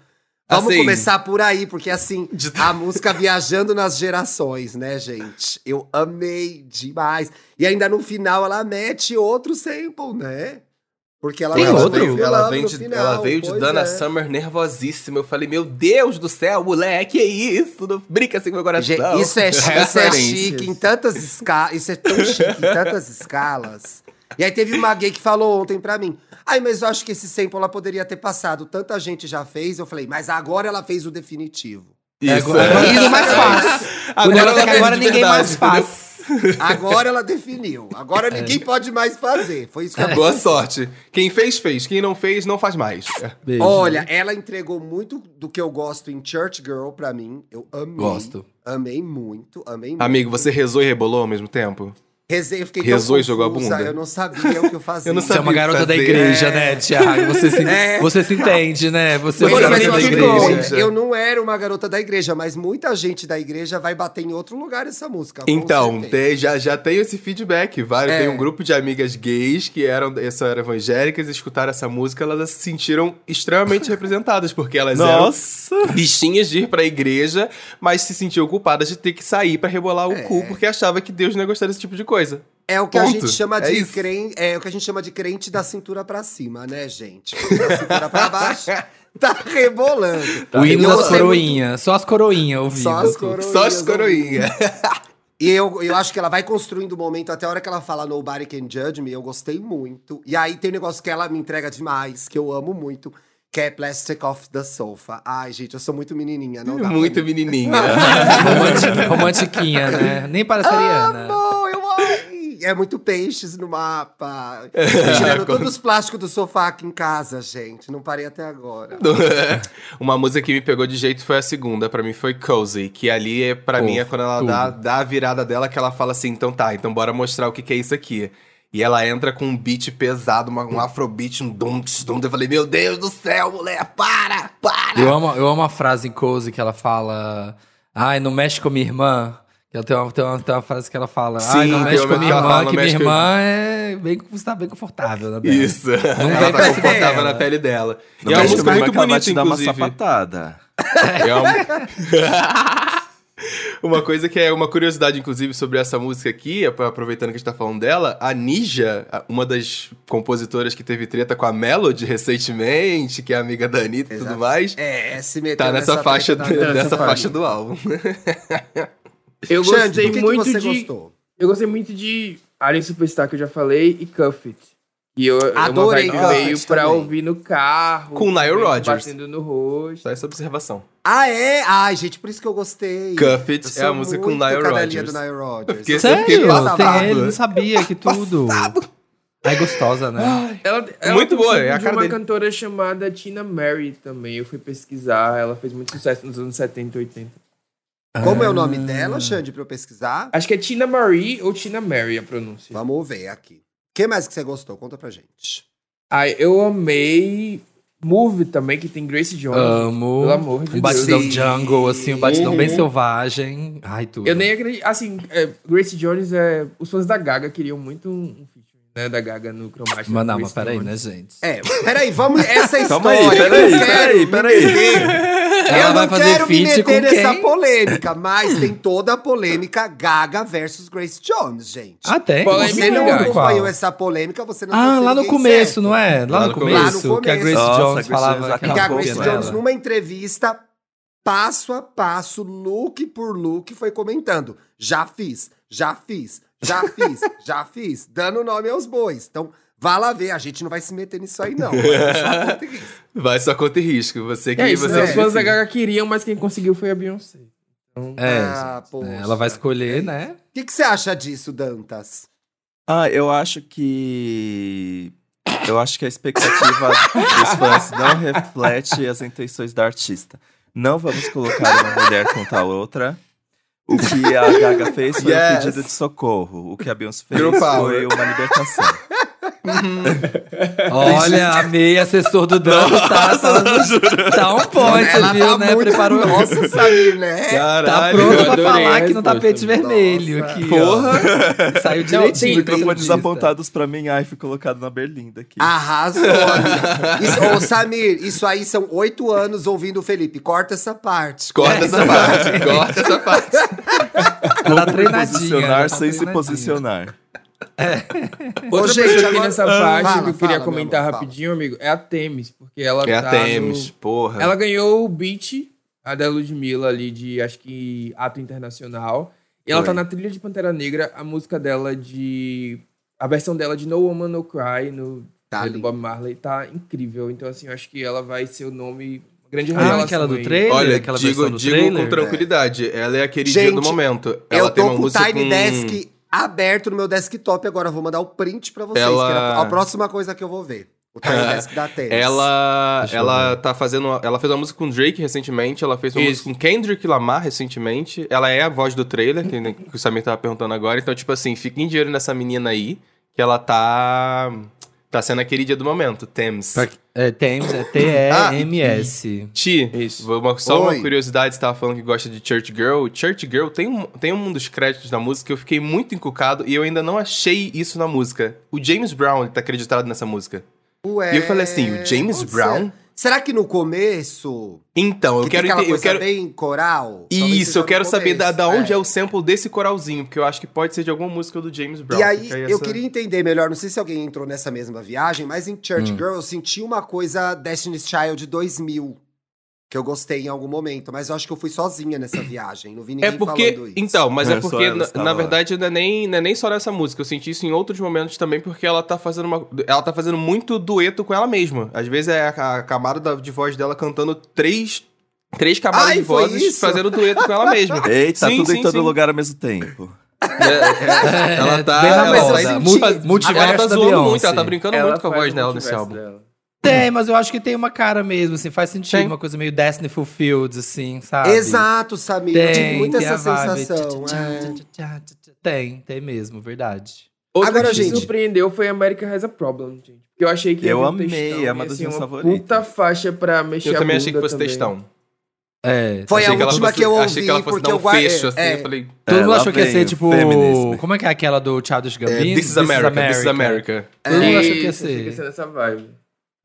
vamos Assim. começar por aí, porque assim, a (laughs) música viajando nas gerações, né, gente? Eu amei demais. E ainda no final ela mete outro sample, né? Porque ela Tem mete outro? um violão ela, veio no de, final, ela veio de pois Dana é. Summer nervosíssima. Eu falei, meu Deus do céu, moleque, é isso? Não brinca assim com o meu Gente, coração. isso é, chi- isso é Referências. chique em tantas escalas. Isso é tão chique em tantas escalas. E aí teve uma gay que falou ontem pra mim: Ai, mas eu acho que esse sample ela poderia ter passado. Tanta gente já fez. Eu falei, mas agora ela fez o definitivo. Isso, é. Agora- Isso mais fácil. O negócio é que ela agora fez de ninguém verdade, mais entendeu? faz. Agora ela definiu. Agora ninguém pode mais fazer. Foi isso que ela (laughs) Boa sorte. Quem fez, fez. Quem não fez, não faz mais. Beijo. Olha, ela entregou muito do que eu gosto em Church Girl pra mim. Eu amei. hum, Gosto. Amei muito, amei muito. Amigo, você rezou e rebolou ao mesmo tempo? Rezei, eu fiquei rezou tão e jogou a confusa, bunda? Eu não sabia o que eu fazia. (laughs) Eu não Você é sabia uma o que garota da fazer. igreja, É. né, Tiago? Você se, É. você se entende, né? Você é Pois uma é, mas garota eu da digo, igreja. Eu não era uma garota da igreja, mas muita gente da igreja vai bater em outro lugar essa música. Ah, com Então, certeza. tem- já, já tenho esse feedback, vai. É. Tem um grupo de amigas gays que eram, só eram evangélicas, escutaram essa música, elas se sentiram extremamente representadas, porque elas Nossa! eram bichinhas de ir pra igreja, mas se sentiam culpadas de ter que sair pra rebolar o É. cu, porque achava que Deus não ia gostar desse tipo de coisa. É o que a Ponto. gente chama É de isso. crente, é o que a gente chama de crente da cintura pra cima, né, gente? Porque Da cintura pra (laughs) baixo, tá rebolando. O hino Eu das gostei muito- coroinhas. Só as coroinhas ouvindo. Só as coroinhas. Tá. Só as coroinhas. (laughs) E eu, eu acho que ela vai construindo o momento até a hora que ela fala Nobody Can Judge Me, eu gostei muito. E aí tem um negócio que ela me entrega demais, que eu amo muito, que é Plastic Off the Sofa. Ai, gente, eu sou muito menininha, não dá pra Hum, Muito mim. (laughs) menininha. Romanti- Romantiquinha, né? Nem parece a Ariana. Não, eu ai, É muito peixes no (laughs) mapa. Tô tirando todos os plásticos do sofá aqui em casa, gente. Não parei até agora. Uma música que me pegou de jeito foi a segunda, pra mim foi Cozy, que ali é pra Pô, mim é quando ela tudo. dá, dá a virada dela que ela fala assim, então tá, então bora mostrar o que que é isso aqui. E ela entra com um beat pesado, uma, um afrobeat, um dum tch, dum Eu falei, meu Deus do céu, mulher, para, para! Eu amo, eu amo a frase em Cozy que ela fala. Ai, não mexe com minha irmã. Ela tem uma, tem uma, tem uma frase que ela fala. Ai, Sim, não tem mexe uma com minha que ela irmã, fala, não que minha mexe com- irmã é bem, está bem confortável, né? Bela? Isso, (laughs) ela vem tá pra confortável cima. na pele dela. Não e é uma mexe música comigo, muito que ela vai bonita, te dar uma inclusive. sapatada. É uma... É um- (laughs) uma coisa que é uma curiosidade, inclusive, sobre essa música aqui, ap- aproveitando que a gente tá falando dela, a Ninja, a- uma das compositoras que teve treta com a Melody recentemente, que é amiga da Anitta e tudo Exato. mais, É, se meter tá nessa, faixa, treta do- da- nessa dança, faixa do álbum. Eu Xande, gostei do que, que muito você de. gostou? Eu gostei muito de Alien Superstar, que eu já falei, e Cuffit. E eu, é uma Adorei vibe que veio Cuffed pra também. ouvir no carro. Com Nile veio Rodgers. Batendo no rosto. Só essa observação. Ah, é? Ai, gente, por isso que eu gostei. Cuff It Eu é a sou música com muito Nile cadelinha Rodgers. do Nile Rodgers. fiquei- sou eu fiquei Sério? passado. Tem ele, não sabia que tudo. Ai, gostosa, né? Ela, ela Muito tem um boa, samba é a de cara uma dele. cantora chamada Tina Mary também. Eu fui pesquisar, ela fez muito sucesso nos anos 70 e 80. Como é o nome dela, Xande, pra eu pesquisar? Acho que é Tina Marie ou Tina Mary a pronúncia. Vamos ver aqui. O que mais que você gostou? Conta pra gente. Ai, eu amei Move também, que tem Grace Jones. Amo. Pelo amor de um Deus. batidão Sim. jungle, assim, um batidão bem Uhum. selvagem. Ai, tudo. Eu nem acredito. Assim, é, Grace Jones é. Os fãs da Gaga queriam muito um, um feature, né? Da Gaga no Chromatic. Mas não, com mas Grace peraí, Jones. né, gente? É, peraí, vamos. Essa Calma história. aí, peraí, né? eu quero peraí, me (laughs) é? peraí. Ela eu vai não fazer quero me feat meter com nessa quem? polêmica, mas tem toda a polêmica Gaga versus Grace Jones, gente. Ah, tem. Polêmica. você não legal. acompanhou essa polêmica, você não Ah, trouxe lá no ninguém começo, certo. não é? Lá, no, começo, Lá no que a Grace começo. Nossa, a Jones Grace falava Jones que Que a acabou acabou Grace com com Jones, ela. numa entrevista, passo a passo, look por look, foi comentando. Já fiz, já fiz, já (laughs) fiz, já fiz, dando nome aos bois. Então, vá lá ver, a gente não vai se meter nisso aí, não. Vai só conta e risco. Você que É isso, você né? é Os fãs da decide. Gaga queriam, mas quem conseguiu foi a Beyoncé. Então, (laughs) É, Ah, gente, poxa. né, ela vai escolher, né? O que, que você acha disso, Dantas? Ah, eu acho que Eu acho que a expectativa dos fãs não reflete as intenções da artista. Não vamos colocar uma mulher contra a outra. O que a Gaga fez foi um Yes. pedido de socorro. O que a Beyoncé fez Girl foi power. uma libertação. Olha, amei, assessor do Dan. Tá, tá, tá um ponte, Ela viu, tá né? muito... Preparou. Nossa, Samir, (laughs) né? Caralho. Tá pronto pra adorei falar a aqui no resposta. tapete vermelho. Nossa. Aqui, Porra. Ó. Saiu direitinho. Os do microfones entrevista. apontados pra mim. Ai, fui colocado na berlinda aqui. Arrasou, amiga. Isso, ô, Samir, isso aí são oito anos ouvindo o Felipe. Corta essa parte. É, Corta (laughs) essa (laughs) É, parte, corta essa parte. Ela tá treinadinha. Posicionar ela tá sem se treinadinha. posicionar. Outra gente, pessoa que agora- nessa Ah, parte fala, que eu queria fala, comentar meu amor, rapidinho, amigo, é a Temis, porque ela É tá a no- Temis, porra. Ela ganhou o beat, a da Ludmilla ali, de acho que ato internacional. E ela Foi. tá na trilha de Pantera Negra, a música dela de. A versão dela de No Woman No Cry, no Tá do lindo. Bob Marley, tá incrível. Então, assim, eu acho que ela vai ser o nome. uma Grande Ah, revelação aquela do aí. trailer? Olha, aquela digo, versão do digo trailer? com tranquilidade. Ela é a queridinha Gente, do momento. Ela Eu tem tô uma com o música Tiny com- Desk aberto no meu desktop agora. Eu vou mandar o print pra vocês, Ela- que era a próxima coisa que eu vou ver. O (laughs) Tiny Desk da Tênis. Ela, Deixa eu ela tá fazendo. uma- Ela fez uma música com Drake recentemente, ela fez uma Isso. música com Kendrick Lamar recentemente. Ela é a voz do trailer, que, que o Samir tava perguntando agora. Então, tipo assim, fiquem de olho nessa menina aí, que ela tá. Tá sendo a queridinha do momento, Thames. Pra- É, Thames, é T-E-M-S. Ti, Isso. uma- só Oi. uma curiosidade, você tava falando que gosta de Church Girl. Church Girl tem um, tem um dos créditos da música que eu fiquei muito encucado e eu ainda não achei isso na música. O James Brown ele tá acreditado nessa música. Ué, E eu falei assim, o James pode Brown? ser. Será que no começo. Então, eu que quero tem aquela entender. coisa Eu quero... bem coral? Talvez Isso, seja eu no quero saber da, começo, da onde é. o sample desse coralzinho, porque eu acho que pode ser de alguma música do James Brown. E aí, Fica aí eu essa- queria entender melhor, não sei se alguém entrou nessa mesma viagem, mas em Church Hum. Girl eu senti uma coisa Destiny's Child 2000, que eu gostei em algum momento, mas eu acho que eu fui sozinha (clears throat) nessa viagem, não vi ninguém É porque. falando isso. Então, mas é, É, só porque, ela na, estava na lá. verdade, não é, nem, não é nem só nessa música. Eu senti isso em outros momentos também, porque ela tá fazendo uma. Ela tá fazendo muito dueto com ela mesma. Às vezes é a, a camada da- de voz dela cantando três. Três camadas Ai, de foi vozes isso? fazendo dueto com ela mesma. Eita, Sim, tudo sim, em todo sim. lugar ao mesmo tempo. É, é, ela tá. Bem na ela, moda. tá- Mas eu Mu- senti- multiverso ela tá da zoando Beyoncé. muito, ela tá brincando Ela muito com a faz voz o dela nesse multiverso álbum. dela. Tem, mas eu acho que tem uma cara mesmo, assim, faz sentido. Tem. Uma coisa meio Destiny Fulfilled, assim, sabe? Exato, Samir, eu tive Tem, muito tem essa a vibe. sensação. Tchá, é. tchá, tchá, tchá, tchá. Tem, tem mesmo, verdade. Outra Agora, que me gente- surpreendeu foi America Has a Problem, gente. Porque eu achei que Eu ia vir um amei, textão, é ia uma das ser minhas uma favoritas. Puta faixa pra mexer Eu a também achei que bunda fosse também. textão. É. Foi achei a última fosse- que eu ouvi, Achei que ela fosse porque dar eu um guarda- fecho, assim. é. Eu falei. Todo mundo Ela achou que ia ser, veio, tipo. feminismo. Como é que é aquela do Childish É, Gambino? this is America, this is America. Todo mundo achou que Isso, ia É, achei que ia ser ser. nessa vibe.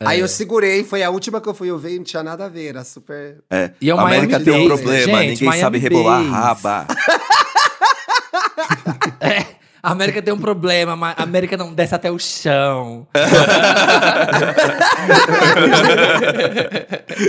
Aí eu segurei, foi a última que eu fui ouvir, não tinha nada a ver, era super... E é o a América Miami tem um Bass, problema, gente, ninguém Miami sabe rebolar a Bass. raba. A América tem um problema, ma- a América não desce até (laughs) o chão.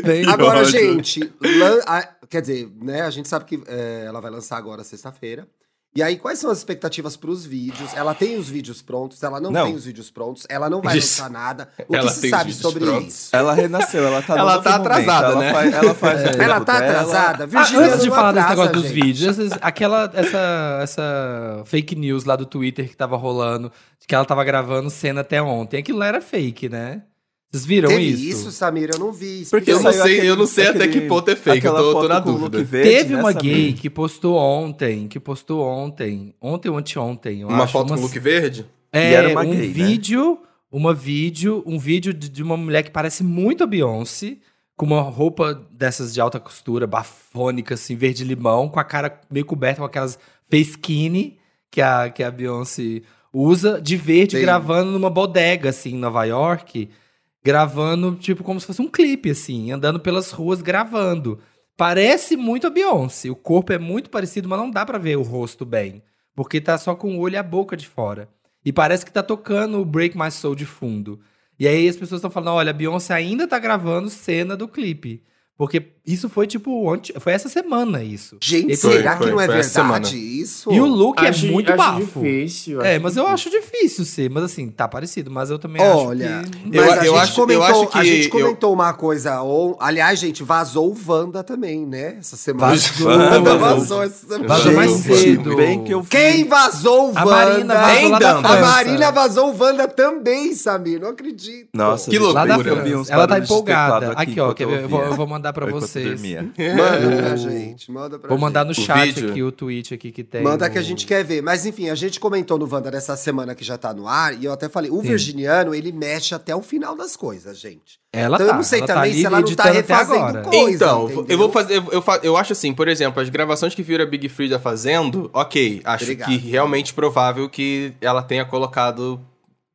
Bem, Agora, ódio. gente, lan- a- quer dizer, né, a gente sabe que é, ela vai lançar agora sexta-feira. E aí, quais são as expectativas pros vídeos? Ela tem os vídeos prontos, ela não, Não. tem os vídeos prontos, ela não vai Isso. lançar nada. O Ela que se tem os sabe vídeos sobre prontos. (laughs) isso? Ela renasceu, ela tá no Ela novo tá momento, atrasada, ela né? Faz, ela faz o Ela tempo tá dela. atrasada? Ah, Virgínia, antes de não falar desse atrasa, negócio dos gente. vídeos, esses- aquela essa, essa fake news lá do Twitter que tava rolando, de que ela tava gravando cena até ontem, aquilo lá era fake, né? Vocês viram Teve isso? isso, Samir? Eu não vi. Porque Eu Explica. não saiu sei- eu não sei até que ponto é fake, eu aquela tô- tô foto na com o look dúvida. verde, Teve né, uma Samir? gay que postou ontem, que postou ontem, ontem ou anteontem, eu Uma acho, foto uma- com look verde? É, E era uma um gay, né? vídeo, uma vídeo, um vídeo de, de uma mulher que parece muito a Beyoncé, com uma roupa dessas de alta costura, bafônica, assim, verde limão, com a cara meio coberta com aquelas pesquine que a, que a Beyoncé usa, de verde, Sim. gravando numa bodega, assim, em Nova York, gravando, tipo, como se fosse um clipe, assim, andando pelas ruas gravando. Parece muito a Beyoncé, o corpo é muito parecido, mas não dá pra ver o rosto bem, porque tá só com o olho e a boca de fora. E parece que tá tocando o Break My Soul de fundo. E aí as pessoas estão falando, olha, a Beyoncé ainda tá gravando cena do clipe. Porque Isso foi tipo ontem, foi essa semana isso. Gente, Foi, será foi, que não é foi essa semana. verdade isso? E o look é muito acho bafo. difícil. É, mas eu acho difícil ser, mas assim, tá parecido, mas eu também Olha, acho que... mas Eu- a, eu gente acho- eu comentou, acho que a gente eu- comentou uma coisa. Ou, aliás, gente, vazou o Wanda também, né? Essa semana. (laughs) Vazou, Wanda vazou. vazou essa semana. tá Vazou mais Gente, cedo. Bem que eu vi. Quem vazou o A Marina Wanda? vazou lá da Ainda, A França. Marina vazou o Wanda também, Samir. Não acredito. Nossa, Que gente, Lá da bem que eu vi França. né? uns Ela tá barulhos de empolgada. teclado Aqui, ó, enquanto quer ver? Eu ouvia, vou, eu vou mandar pra enquanto vocês. dormia. É. Manda pra gente. Manda pra Vou mandar gente. no O chat vídeo? aqui o tweet aqui que tem. Manda o- que a gente quer ver. Mas enfim, a gente comentou no Wanda nessa semana que já tá no ar, e eu até falei, o Sim. virginiano, ele mexe até o final das coisas, gente. Ela (laughs) então tá, eu não sei ela também tá se ela não tá editando até refazendo agora. coisa. então, eu entendeu? vou fazer. Eu, eu, fa- eu acho assim, por exemplo, as gravações que Vira Big Free tá fazendo, ok. Acho Obrigado. que realmente provável que ela tenha colocado.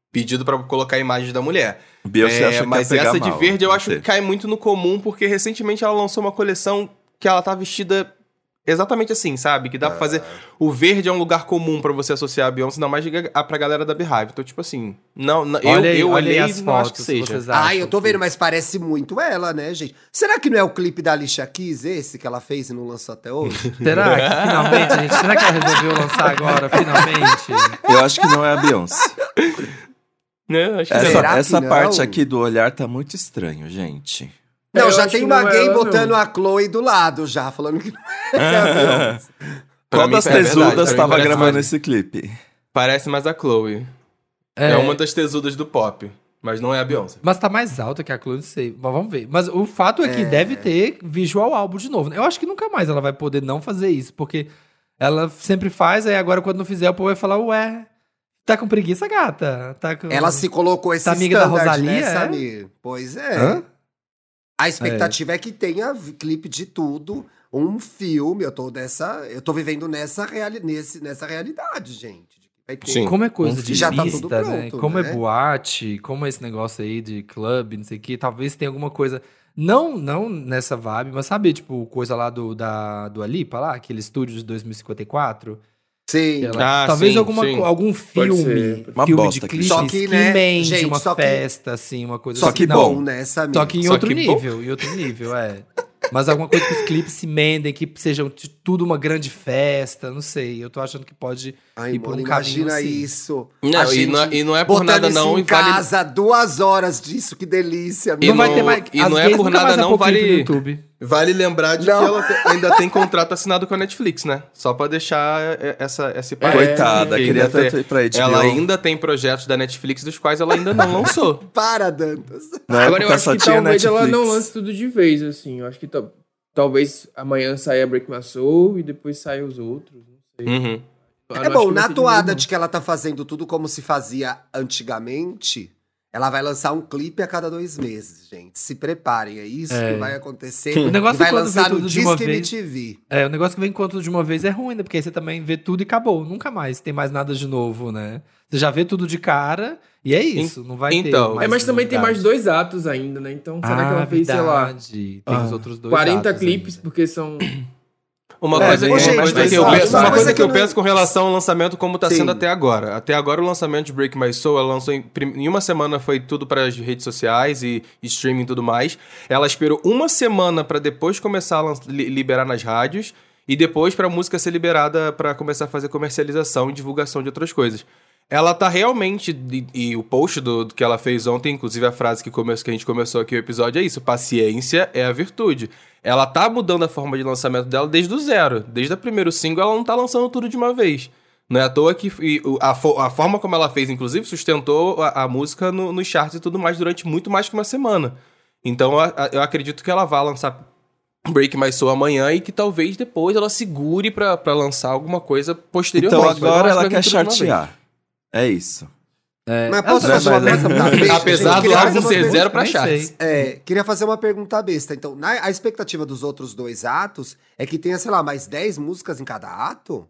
Pedido pra colocar imagens da mulher. Beyoncé É, acha que ia mas pegar essa de mal, verde eu não acho sei. que cai muito no comum, porque recentemente ela lançou uma coleção que ela tá vestida exatamente assim, sabe? Que dá pra fazer. Ah. O verde é um lugar comum pra você associar a Beyoncé, ainda mais a- pra galera da Beehive. Então, tipo assim, não, não- eu, Olha aí, eu olha aí olhei as e não fotos, acho que seja. vocês acham Ai, eu tô que- vendo, mas parece muito ela, né, gente? Será que não é o clipe da Alicia Keys, esse que ela fez e não lançou até (laughs) hoje? (laughs) Será que finalmente, gente? Será que ela resolveu lançar agora, finalmente? Eu acho que não é a Beyoncé. É, acho que Essa, não. Será que essa não? parte aqui do olhar tá muito estranho, gente. não, Eu já acho tem que uma não é gay ela, não. botando a Chloe do lado já, falando que não é a Beyoncé. Pra Qual mim das foi- é verdade, tesudas pra mim tava parece gravando mais- esse clipe? Parece mais a Chloe. É. uma das tesudas do pop, mas não é a Beyoncé. Mas tá mais alta que a Chloe, não sei. Mas vamos ver. Mas o fato é que deve ter visual álbum de novo. né? Eu acho que nunca mais ela vai poder não fazer isso, porque ela sempre faz, aí agora quando não fizer, o povo vai falar, ué, tá com preguiça, gata? Tá com... Ela se colocou esse Tá amiga da standard, Rosalía, né, é? Samir? Pois é. Hã? A expectativa é. que tenha vi- clipe de tudo, um filme. Eu tô nessa, eu tô vivendo nessa, reali nesse, nessa realidade, gente. Vai ter. Sim. Como é coisa de Já tá tudo lista, né? pronto, Como né? é boate, como é esse negócio aí de clube, não sei o que, talvez tenha alguma coisa. Não, não nessa vibe, mas sabe, tipo, coisa lá do, da, do Alipa lá, aquele estúdio de 2054? Sim. Sei lá. Ah, talvez sim, alguma, sim. co- algum filme, ser. Uma filme bosta de aqui. clichês Só que, que, né, mente, gente, uma só que- festa, assim, uma coisa Só assim. que Não, bom. né, Samir? Só que em Só outro que bom. nível, em outro nível, é. Mas alguma coisa que os clipes se mendem, que sejam t- tudo uma grande festa, não sei. Eu tô achando que pode Ai, ir por mano, um imagina caminho assim. isso. Não, A e, gente não, é- e não é por Botando nada isso não, em e vale casa, duas horas disso, que delícia. E não, amigo. vai não- ter mais. e as não é gays por nunca nada mais vão não, pôr clipe vale- no YouTube. Vale lembrar de Não. que ela te- ainda tem contrato assinado com a Netflix, né? Só pra deixar é, essa, esse parênteses. Coitada, Porque queria ainda tanto ir pra HBO. tem- Ela ainda tem projetos da Netflix dos quais ela ainda não (laughs) lançou. Para, Dantas. Na Agora eu época acho só que tinha talvez Netflix. ela não lance tudo de vez, assim. Eu acho que tal- talvez amanhã saia Break My Soul e depois saia os outros. Não sei. Uhum. Eu não É acho bom, que vai na ser de toada novo, de que ela tá fazendo tudo como se fazia antigamente, ela vai lançar um clipe a cada dois meses, gente. Se preparem, é isso É. que vai acontecer. O negócio e vai é quando lançar vem no tudo de uma Disque vez. MTV. É, o negócio que vem conto de uma vez é ruim, né? Porque aí você também vê tudo e acabou. Nunca mais tem mais nada de novo, né? Você já vê tudo de cara e é isso. Não vai então. ter. não. É, mas também tem mais novidade. dois atos ainda, né? Então, será que ah, ela fez, sei lá, Tem Ah. os outros dois. 40 atos clipes, ainda. porque são. Uma É, coisa, gente, uma coisa mas que eu ó, uma penso, uma coisa coisa que que eu não- penso com relação ao lançamento como tá Sim. sendo até agora. Até agora o lançamento de Break My Soul, ela lançou em, prim- em uma semana foi tudo para as redes sociais e streaming e tudo mais. Ela esperou uma semana pra depois começar a lan- li- liberar nas rádios e depois pra música ser liberada pra começar a fazer comercialização e divulgação de outras coisas. Ela tá realmente e, e o post do, do que ela fez ontem, inclusive a frase que começou que a gente começou aqui o episódio é isso, paciência é a virtude. Ela tá mudando a forma de lançamento dela desde o zero. Desde o primeiro single, ela não tá lançando tudo de uma vez. Não é à toa que e o- a, fo- a forma como ela fez, inclusive, sustentou a, a música no- nos charts e tudo mais durante muito mais que uma semana. Então a- a- eu acredito que ela vá lançar Break My Soul amanhã e que talvez depois ela segure pra pra lançar alguma coisa Então posteriormente. Mas é eu agora acho ela que vai quer vir tudo de uma vez. chatear. É isso. Mas Ela posso tá fazer uma trabalhando. pergunta (laughs) besta? Apesar gente? do Queria álbum fazer uma ser pergunta- zero pra Nem charts. sei. É, queria fazer uma pergunta besta. Então, na- a expectativa dos outros dois atos é que tenha, sei lá, mais 10 músicas em cada ato?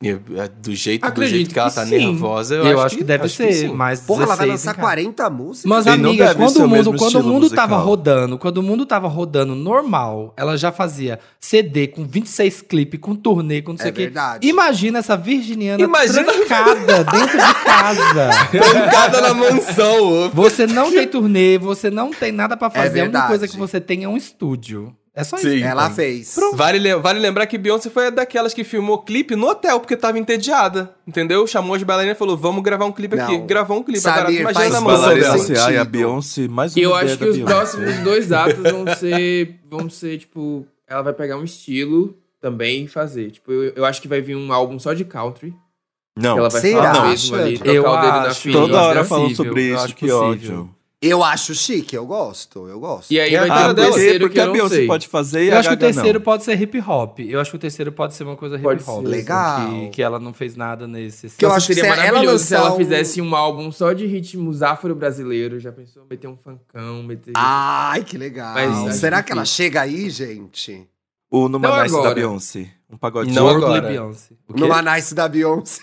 E, é, Do jeito, do Acredito jeito que ela que tá sim. nervosa, Eu, eu, acho que deve ser sim. mais Porra, ela vai 16 em lançar cada. 40 músicas? Mas, E não amiga, deve quando ser o o mundo, mesmo quando o estilo mundo tava musical. rodando, quando o mundo tava rodando normal, ela já fazia CD com 26 clipes, com turnê, com não sei é o quê. verdade. Imagina essa virginiana Imagina- trancada dentro de casa. Trancada na mansão. Você não tem turnê, você não tem nada pra fazer. a única verdade. coisa que você tem é um estúdio. É só Sim. isso. Ela fez. Vale, le- vale lembrar que Beyoncé foi daquelas que filmou clipe no hotel, porque tava entediada, entendeu? Chamou as bailarinas e falou, vamos gravar um clipe Não. aqui. Gravou um clipe, Samir, agora faz imagina a As mansão bailarinas dela. bailarinas se- ai, a Sentido. Beyoncé, mais uma Eu ideia acho da que os Beyoncé. próximos dois atos vão ser, vão ser, tipo, ela vai pegar um estilo também e fazer. Tipo, eu, eu acho que vai vir um álbum só de country. Não, que ela vai será? falar é Não. mesmo ali, tocar Eu o dedo na né? acho. ferida. toda hora possível, falando sobre eu isso, acho que possível. ódio. Eu acho chique, eu gosto, eu gosto. E aí vai ter Ah, o porque- um terceiro porque que eu a não Beyoncé sei. pode fazer e Eu a acho que o Gaga não. terceiro pode ser hip hop. Eu acho que o terceiro pode ser uma coisa hip Pode hop. ser. Legal. porque- Que ela não fez nada nesse. assim. Que eu Nossa, acho que seria se ela maravilhoso se lançar ela um- fizesse um álbum só de ritmos afro-brasileiros. Já pensou? Meter um funkão, meter... Ah, (laughs) Ai, que legal. Mas acho Será que difícil. ela chega aí, gente? O Numa Não Nice da agora. Beyoncé. Um pagodinho. Não Worldly agora. Beyoncé. O quê? Numa Nice da Beyoncé.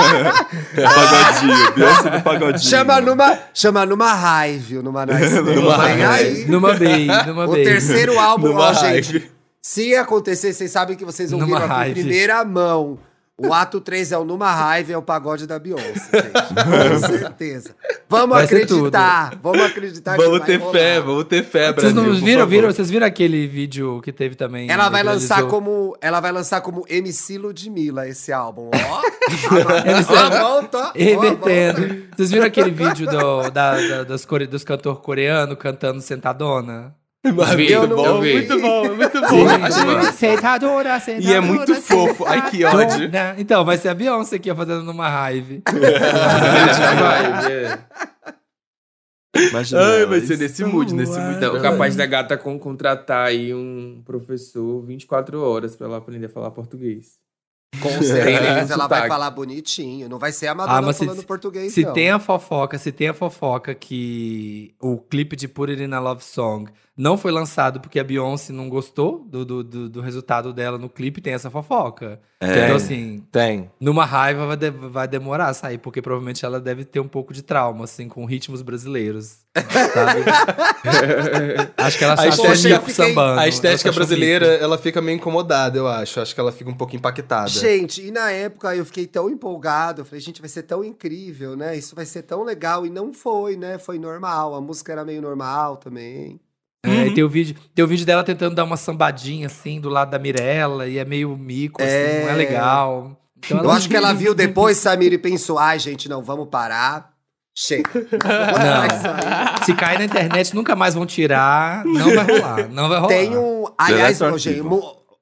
(laughs) pagodinho. Beyoncé do pagodinho. Chama numa, chama numa raiva, numa Nice. Numa Vem Hive. aí. Numa bem, numa O (laughs) bem. terceiro álbum, ó, Numa gente. raiva. Se acontecer, vocês sabem que vocês ouviram Numa aqui em Hive. primeira mão. O ato 3 é o Numa Raiva, é o pagode da Beyoncé, (laughs) gente. Com certeza. Vamos Vai ser acreditar. Vamos acreditar Vamos que ter vai fé, rolar. vamos ter fé, Vocês é Brasil. não por viram, favor. viram? Vocês viram aquele vídeo que teve também? Ela vai que lançar viralizou? como ela vai lançar como MC Ludmilla esse álbum. (laughs) Ó. Ó, volta, ó, (laughs) Revertendo. Vocês viram aquele vídeo do, da, da- dos, core, dos cantor coreano cantando sentadona? Muito Eu não- bom, eu vi. muito bom, muito Sim, bom. sim. sentadona, sentadona. E é muito fofo. Ai, que ódio. sentadona. Então, vai ser a Beyoncé aqui, ó, fazendo numa raiva. Vai, é. Imagina Ai, vai isso. ser nesse mood, nesse mood. Então, capaz da gata com contratar aí um professor 24 horas pra ela aprender a falar português. Com certeza, Tem ela vai sotaque. falar bonitinho. Não vai ser a Madonna Ah, mas se- falando português, Se não. tem a fofoca, se tem a fofoca que o clipe de Put It In A Love Song não foi lançado porque a Beyoncé não gostou do, do, do- do resultado dela no clipe, tem essa fofoca. É. Então, assim, Tem. numa raiva vai, de- vai demorar a sair, porque provavelmente ela deve ter um pouco de trauma, assim, com ritmos brasileiros. (laughs) sabe? Acho que ela A sabe estética- fazer eu fiquei- sambando. a Ela estética sabe fazer brasileira, ela fica meio incomodada, eu acho. Acho que ela fica um pouco impactada. Gente, e na época eu fiquei tão empolgado, eu falei, gente, vai ser tão incrível, né? Isso vai ser tão legal. E não foi, né? Foi normal. A música era meio normal também. É, Uhum. e tem o vídeo, tem o vídeo dela tentando dar uma sambadinha assim do lado da Mirella e é meio mico, É. assim, não é legal. Então Eu acho que ela viu depois, Samir, e pensou: ai, gente, não, vamos parar. Chega. Não. Se cair na internet, nunca mais vão tirar. Não vai rolar. Não vai rolar. Tem um. Aliás, Deleta o Rogério, arquivo.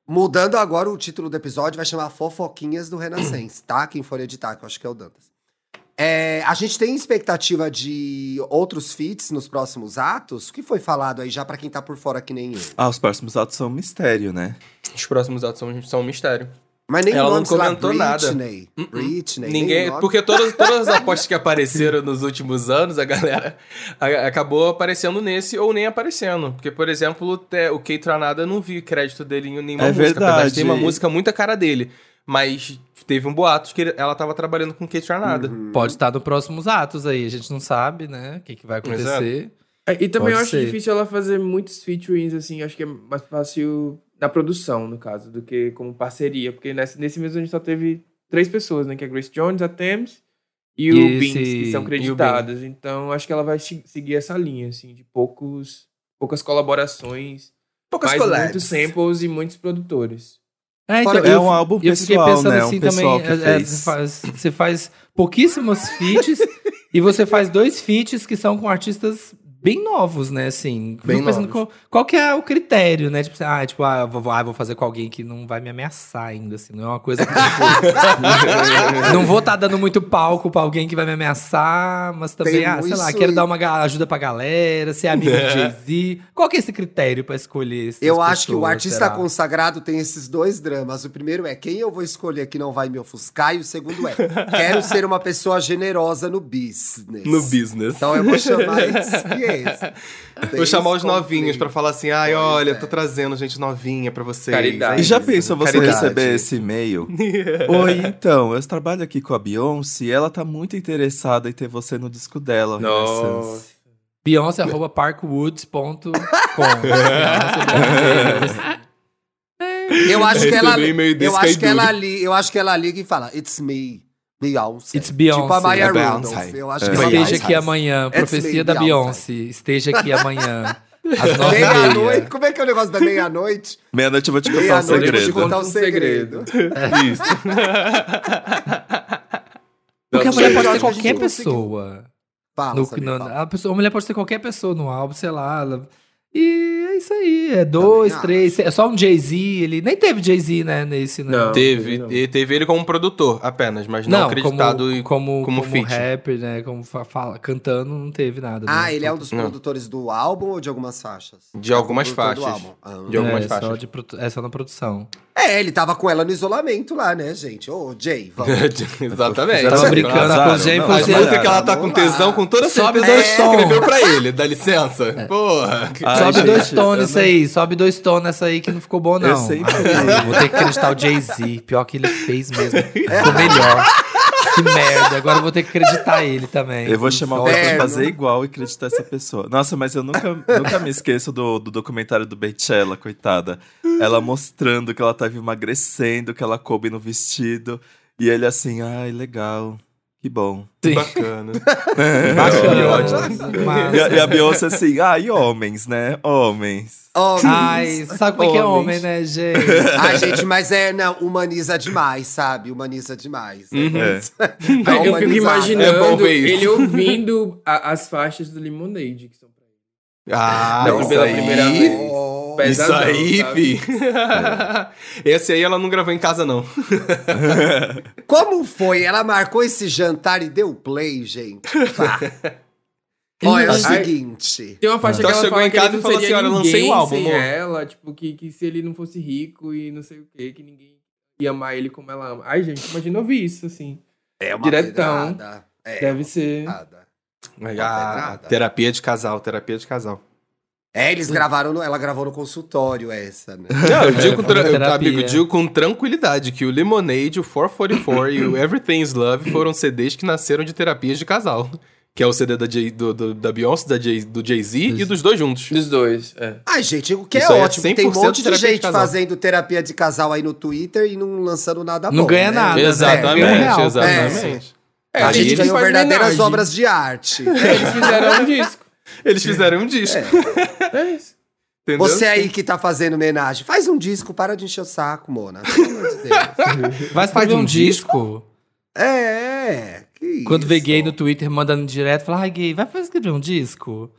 mu- mudando agora o título do episódio, vai chamar Fofoquinhas do Renascença, tá? Quem for editar, que eu acho que é o Dantas. É, a gente tem expectativa de outros feats nos próximos atos? O que foi falado aí já pra quem tá por fora que nem eu? Ah, os próximos atos são um mistério, né? Os próximos atos são, são um mistério. Mas nem Ela não nomes lá, comentou nada. Britney, Uh-uh. Britney, nem Ninguém, nome. porque todas, todas as apostas que apareceram nos últimos anos, a galera a- acabou aparecendo nesse ou nem aparecendo. Porque, por exemplo, te- o Kate Tranada eu não vi crédito dele em nenhuma É música. Apesar de verdade. ter uma música muito a cara dele. Mas teve um boato de que ele- ela tava trabalhando com Kate Tranada. Pode estar nos próximos atos aí. A gente não sabe, né? O que, que vai acontecer. É, E também Pode eu acho ser. difícil ela fazer muitos featurings, assim, acho que é mais fácil na produção, no caso, do que como parceria. Porque nesse, nesse mês a gente só teve três pessoas, né? Que é a Grace Jones, a Thames e, o E Beans, esse- que e o são Beans. creditadas. Então, acho que ela vai se- seguir essa linha, assim, de poucos, poucas colaborações, Poucas mas collabs. muitos samples e muitos produtores. É, Fora que É eu- um álbum eu fiquei pessoal, pensando né? assim um pessoal também. que é, é, fez. você, faz, você faz pouquíssimos feats e você faz dois feats que são com artistas bem novos, né? Assim, Bem fico pensando novos. qual, qual que é o critério, né? Tipo, assim, ah, tipo, ah, eu vou, ah, eu vou fazer com alguém que não vai me ameaçar ainda, assim. Não é uma coisa que, tipo, (laughs) não vou estar dando muito palco pra alguém que vai me ameaçar, mas também, Tem ah, sei isso lá, quero e- dar uma ga- ajuda pra galera, ser amigo É. de Jay-Z. Qual que é esse critério pra escolher essas Eu acho que o pessoas, artista será? consagrado tem esses dois dramas. O primeiro é quem eu vou escolher que não vai me ofuscar, e o segundo (laughs) é quero ser uma pessoa generosa no business. No business. Então eu vou chamar (laughs) esse e esse. Tem Vou chamar esse os novinhos conflito. pra falar assim: ai, Pois olha, é. tô trazendo gente novinha pra vocês. Caridade. É E já isso. pensou né? você Caridade. receber esse (laughs) e-mail? Oi, então, eu trabalho aqui com a Beyoncé e ela tá muito interessada em ter você no disco dela. Renascença. Nossa. Beyoncé arroba parkwoods.com. (laughs) É. Beyoncé, Eu acho que ela, Receber um e-mail desse eu acho que cai duro. ela li, eu acho que ela liga e fala It's me, Beyoncé. It's Beyoncé. né? Tipo a Maya É Rudolph. Beyoncé. Eu acho É. que ela Esteja liga. aqui amanhã. It's me, Profecia da Beyoncé. Beyoncé. Esteja aqui amanhã. Às nove e Meia-noite. meia. Como é que é o negócio da meia-noite? Meia-noite eu vou te contar um Meia-noite eu vou te segredo. contar um Conta um segredo. segredo. Isso. Porque a Não, mulher eu pode acho ser que a gente qualquer não conseguiu. pessoa. Fala, No- Samir, no- fala. a, pessoa- a mulher pode ser qualquer pessoa no álbum, sei lá. ela- e é isso aí. É dois, acho. três. É só um Jay-Z. Ele nem teve Jay-Z, né? Nesse, né? Não. Teve, não. e teve ele como produtor apenas, mas não, acreditado como, e- (laughs) como, como como, feat. rapper, né? Como fa- fala, cantando, não teve nada. Ah, né? ele é um dos Não. produtores do álbum ou de algumas faixas? de algumas Produtor do faixas. álbum. Ah. de algumas é, Só faixas. de, produ- é só na produção. É, ele tava com ela no isolamento lá, né, gente? Ô, Jay, (laughs) vamos. (laughs) Exatamente. Eu tava Elas brincando atrasaram, com o Jay e não, falou elas As assim, Olha, músicas que ela tá vamos com lá. tesão, com toda Sobe É. certeza, ela dois tons. escreveu pra ele. Dá licença. Porra. Ai, Sobe gente, dois eu não- tons isso aí, sobe dois tons nessa aí que não ficou bom, não. Eu sempre- Ah, vou ter que acreditar o Jay-Z. Pior que ele fez mesmo. Ficou melhor. Que merda. Agora eu vou ter que acreditar ele também. Eu vou chamar alguém pra É, Inferno. fazer igual e acreditar essa pessoa. Nossa, mas eu nunca, nunca me esqueço do, do documentário do Beychella, coitada. Ela mostrando que ela tava emagrecendo, que ela coube no vestido. E ele assim, ai, legal, que bom. Bacana. Bacana. E a, Massa. e a Beyoncé assim, ai, homens, né? Homens. Ó, Ai, sabe como é que é homem, né, gente? Ai, gente, mas é, não, humaniza demais, sabe? Humaniza demais. É. Dá Então, uma Uhum. eu fico humanizada. imaginando É bom ver isso. ele ouvindo a- as faixas do Lemonade que são pra ele. É Ah, Não, isso pela aí. primeira vez. Oh. Pé- Isso Pesadão, aí, sabe? fi. Esse aí ela não gravou em casa, não. Como foi? Ela marcou esse jantar e deu play, gente. (laughs) Tá. Olha, é o Ai. seguinte. Tem uma faixa Então que ela chegou fala em que ele casa e não falou seria assim, "Olha, ninguém lancei um álbum, sem amor." ela, tipo, que, que se ele não fosse rico e não sei o que, que ninguém ia amar ele como ela ama. Ai, gente, imagina ouvir isso, assim. É uma Diretão. pedrada. É, Deve ser. pedrada. Ah, pedrada. terapia de casal, terapia de (laughs) casal. É, eles gravaram, no- ela gravou no consultório essa, né? Não, eu digo, com foi uma tra- terapia. amigo, eu digo com tranquilidade que o Lemonade, o 444 e o Everything's Love foram CDs que nasceram de terapias de casal. Que é o CD da, Jay- do- do- da Beyoncé, da Jay- do Jay-Z e dos dois juntos. Dos dois, é. Ai, gente, o que Isso é aí é ótimo. Tem um 100% monte de terapia de gente casal. fazendo terapia de casal aí no Twitter e não lançando nada Não bom, ganha né? nada, né? Exatamente, É, real. exatamente. É, a tem gente gente que ganhou faz verdadeiras homenagem. (laughs) obras de arte. Eles fizeram um disco. Eles fizeram um disco. É isso. Entendeu? Você aí que tá fazendo homenagem, faz um disco, para de encher o saco, Mona. Pelo amor de Deus. Vai Faz fazer um, um disco. É, que Quando vê isso. gay no Twitter mandando direto, fala, ai, gay, vai fazer escrever um disco?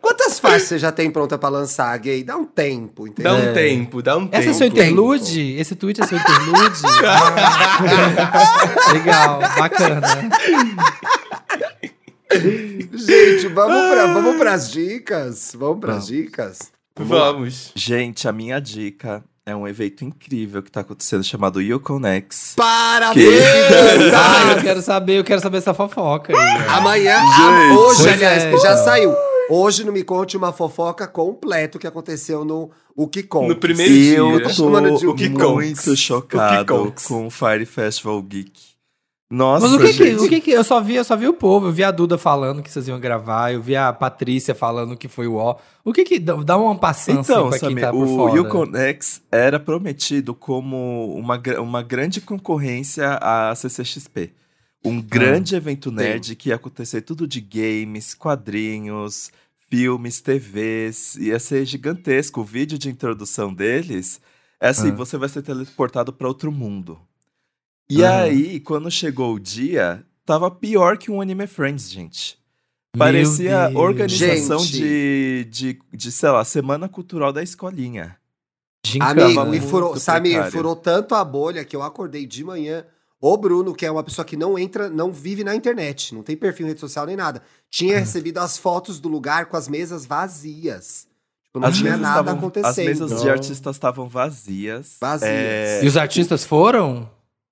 Quantas faixas você já tem pronta pra lançar, gay? Dá um tempo, entendeu? Dá um tempo, dá um Essa é tempo. seu interlude? Esse tweet é (laughs) seu interlude? Ah, legal, bacana. Gente, vamos, pra, vamos pras dicas? Vamos pras dicas? Vamos. Gente, a minha dica é um evento incrível que tá acontecendo chamado YouConnex. Parabéns! Ah, eu quero saber, eu quero saber essa fofoca. aí. Amanhã, Gente. hoje, Pois aliás, é, que já então. saiu. Hoje no Me Conte uma fofoca completo que aconteceu no O Que Conta. No primeiro E dia. eu tô chamando de tô o que muito conks. O que chocado conks. com o Fire Festival Geek. Nossa, Mas o que que, gente. o que que- eu só vi, eu só vi o povo, eu vi a Duda falando que vocês iam gravar, eu vi a Patrícia falando que foi o ó. O que que dá dá uma passada Então, assim, pra quem Samir, tá por o fora? Uconex era prometido como uma, gra- uma grande concorrência à CCXP. Um Ah, grande evento nerd que ia acontecer tudo de games, quadrinhos, filmes, TVs. Ia ser gigantesco. O vídeo de introdução deles é assim: Ah. você vai ser teleportado para outro mundo. E Aham. aí, quando chegou o dia, tava pior que um Anime Friends, gente. Meu Parecia Deus. organização Gente. de, de, de, sei lá, Semana Cultural da Escolinha. Gincana. Amigo, Tava me furou, muito Samir, precário. furou tanto a bolha que eu acordei de manhã. O Bruno, que é uma pessoa que não entra, não vive na internet, não tem perfil em rede social nem nada, Uhum. tinha recebido as fotos do lugar com as mesas vazias. Tipo, não As tinha mesas, nada tavam- as acontecendo. mesas de artistas estavam vazias. É, Vazias. E os artistas foram?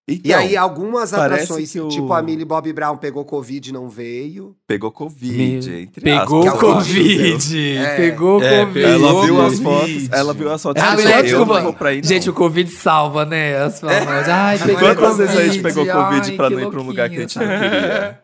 Então, E aí, algumas parece atrações, que o- tipo a Millie Bob Brown pegou Covid e não veio. pegou Covid, Me- entre Pegou aspas, é o o que Covid. É. Pegou o É, Covid. Ela viu as Covid. fotos, ela viu as fotos. Ah, e melhor falou, desculpa. Eu não vou pra aí, não. Gente, o Covid salva, né? As famosas. Ai, É. peguei é Quantas Covid, vezes a gente pegou Covid ai, pra que não ir pra um louquinho, lugar que a gente não sabe? queria?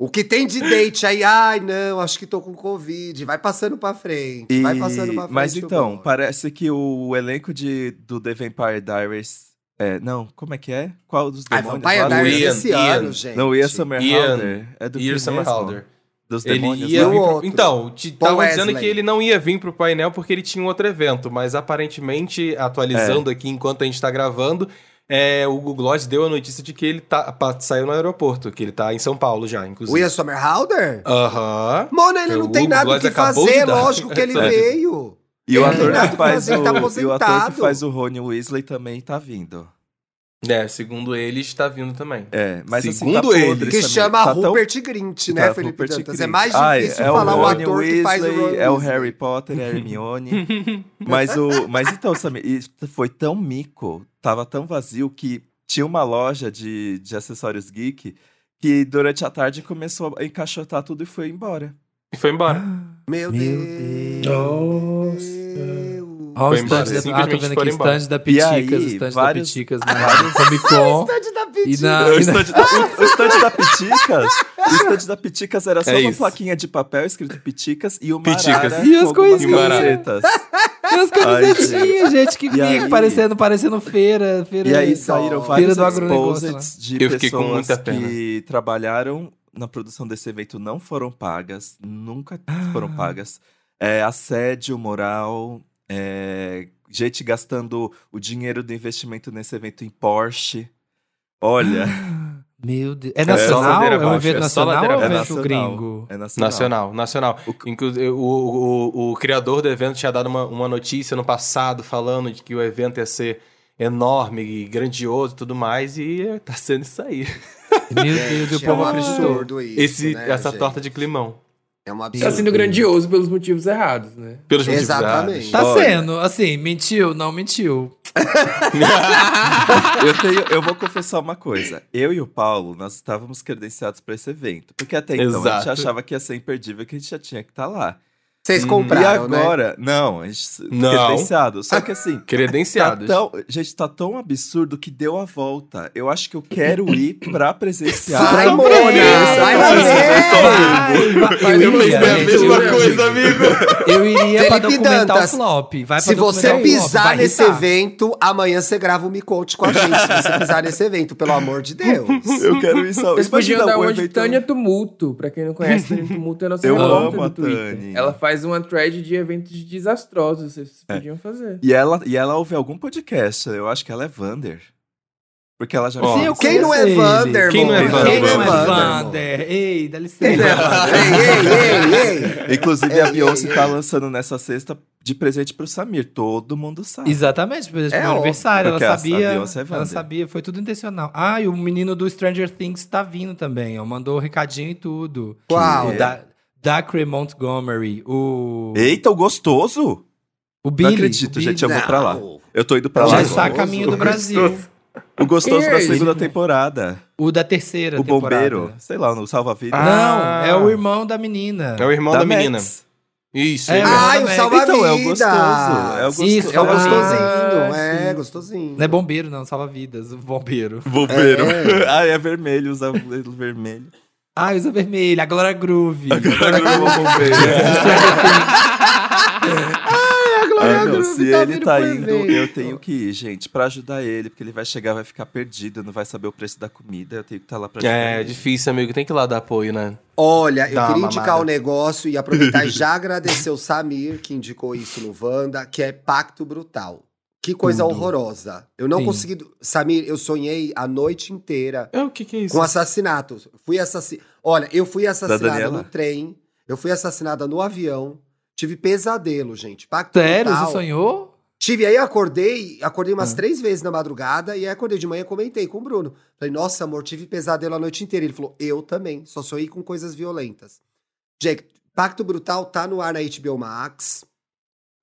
O que tem de date aí? Ai, não, acho que tô com Covid. Vai passando pra frente. E- (laughs) Vai passando pra frente. mas eu então, vou. parece que o elenco de, do The Vampire Diaries... É, não, como é que é? Qual dos Ai, demônios? Ah, Vampire lá? Diaries Ian, esse Ian. ano, gente. Não, Ian Somerhalder. Ian. É do E que o Summer mesmo? Halder. dos Ele demônios? né? ia não? vir pro- outro. Então, te Paul estavam dizendo Wesley. que ele não ia vir pro painel porque ele tinha um outro evento, mas aparentemente, atualizando aqui enquanto a gente tá gravando, é, o Google Gloss deu a notícia de que ele tá, pa- saiu no aeroporto, que ele tá em São Paulo já, inclusive. Will Somerhalder? Aham. Mano, ele Então, O não tem Hugo nada o Gloss que acabou fazer, de dar. É. lógico que ele (laughs) Sabe? veio. E o É, (laughs) ator Renato que faz Frazão tá o, e o ator aposentado. que faz o Rony Weasley também tá vindo. É, segundo eles, tá vindo também. É, mas Segundo assim, tá ele. podre, Que Samir. chama tá tão- Rupert Grint, né, tá, Felipe Rupert Dantas? É Grint. mais Ai, difícil é o falar o, Rony ator que faz o Weasley, Ron É o Weasley. Harry Potter, é a (laughs) Hermione. mas, o, mas então, Samir, isso foi tão mico, tava tão vazio que tinha uma loja de, de acessórios geek que durante a tarde começou a encaixotar tudo e foi embora. E foi embora. Meu Meu Deus. Olha o Foi embora, stand da- ah, tô simplesmente vendo aqui foram o embora. stand da Piticas, aí, o stand da vários- Piticas na Comic Con. Stand da E Pitty. Ah, na, O e na- estande, o, o estande da Piticas, o estande da Piticas era só É uma isso. plaquinha de papel escrito Piticas e uma Piticas. arara E as com algumas coisinhas. camisetas. e as camisetinhas, assim, gente, que E aí- vinha parecendo, parecendo feira. feira E aí saíram feira vários do agronegócio lá. exposits de Eu fiquei com pessoas muita pena. que trabalharam na produção desse evento, não foram pagas, nunca Ah. foram pagas. É, assédio moral, é, gente gastando o dinheiro do investimento nesse evento em Porsche. Olha, Ah. Meu Deus. É só nacional? É, ladeira um abaixo, evento é só nacional ladeira ou é um abaixo. evento gringo? é nacional. Nacional, nacional. Inclusive, o, o, o criador do evento tinha dado uma, uma notícia no passado falando de que o evento ia ser enorme e grandioso e tudo mais, e tá sendo isso aí. Meu Deus, o Gente, é um povo acreditou. absurdo isso, Esse, né, essa gente? torta de climão. É um Tá absurdo. sendo grandioso pelos motivos errados, né? Pelos motivos Exatamente. Tá Olha. sendo, assim, mentiu, não mentiu. (laughs) Eu, tenho- eu vou confessar uma coisa. Eu e o Paulo, nós estávamos credenciados para esse evento. Porque até então a gente Exato. achava que ia ser imperdível, que a gente já tinha que estar lá. Vocês Hum, compraram, né? e agora, não, a gente Não. credenciado. Só que assim, tá (laughs) Credenciados. tão, gente, tá tão absurdo que deu a volta. Eu acho que eu quero ir pra né? presenciar. Vai, Pra Mônica! mulher, Vai É. pra lá ver! Eu iria, gente, eu iria. amigo. Eu iria Felipe pra documentar Dantas, o flop. Vai pra Se você documentar o flop, pisar vai nesse irritar. evento, amanhã você grava um Me Conte com a gente. Se você pisar nesse evento, pelo amor de Deus. Eu quero ir só. Eles podiam imagina dar um uma de evento- Tânia Tumulto. Pra quem não conhece, (laughs) Tânia Tumulto é a nossa Eu repórter amo a do Twitter. Tânia. Ela faz uma thread de eventos desastrosos. Vocês É. podiam fazer. E ela, e ela ouve algum podcast. Eu acho que ela é Vander. Porque ela já Ó. me Sim, eu Quem não é conheço ele. Vander, Quem não é Mônica? Vander? Quem não é Vander? Vander? Ei, dá Quem não é licença. Vander? Ei, ei, ei, ei! Inclusive, É, a Beyoncé é, é. tá lançando nessa sexta de presente pro Samir. Todo mundo sabe. Exatamente, por exemplo, É meu óbvio, aniversário, ela porque a- a sabia. Beyoncé é Vander. ela sabia, foi tudo intencional. Ah, e o menino do Stranger Things tá vindo também. Ó, mandou o recadinho e tudo. Qual? Ah, O Então da, Dacre Montgomery, o. Eita, o gostoso! O Billy. Não acredito, o Billy. né? gente, eu vou pra lá. Não. Eu tô indo pra lá. Já agora. está a caminho do Brasil. O gostoso da Ei, segunda temporada. O da terceira O temporada. bombeiro. Sei lá, no Salva-Vidas. Ah, Não, é o irmão da menina. É o irmão da, menina. Tá Max. Isso. É, ele ah, Ai, o Exatamente. salva-vida! Então, é o gostoso. É o gostoso. Isso, É o é o gostoso. gostosinho, Ah, é, sim. gostosinho. Não é bombeiro, não, salva-vidas. O bombeiro. Bombeiro. (laughs) Ah, é vermelho, usa o vermelho. Ah, usa vermelha, a Glória Groove. Ah, não, Groove se tá ele vindo tá pro indo, evento. eu tenho que ir, gente, pra ajudar ele, porque ele vai chegar, vai ficar perdido, não vai saber o preço da comida, eu tenho que estar lá pra ajudar É, ele. difícil, amigo. Tem que ir lá dar apoio, né? Olha, eu Dá uma queria indicar mamada. um negócio e aproveitar e (laughs) já agradecer o Samir, que indicou isso no Wanda, que é Pacto Brutal. Que coisa Tudo. horrorosa. Eu não Sim. consegui. Samir, eu sonhei a noite inteira É, o que que é isso? com assassinatos. Fui assassin... Olha, eu fui assassinada Daniela? no trem, eu fui assassinada no avião. Tive pesadelo, gente. Pacto (laughs) Sério, Brutal. você sonhou? Tive, aí eu acordei, acordei umas três vezes na madrugada, e aí acordei de manhã e comentei com o Bruno. Falei, nossa, amor, tive pesadelo a noite inteira. Ele falou, eu também, só sonhei com coisas violentas. Gente, Pacto Brutal tá no ar na HBO Max.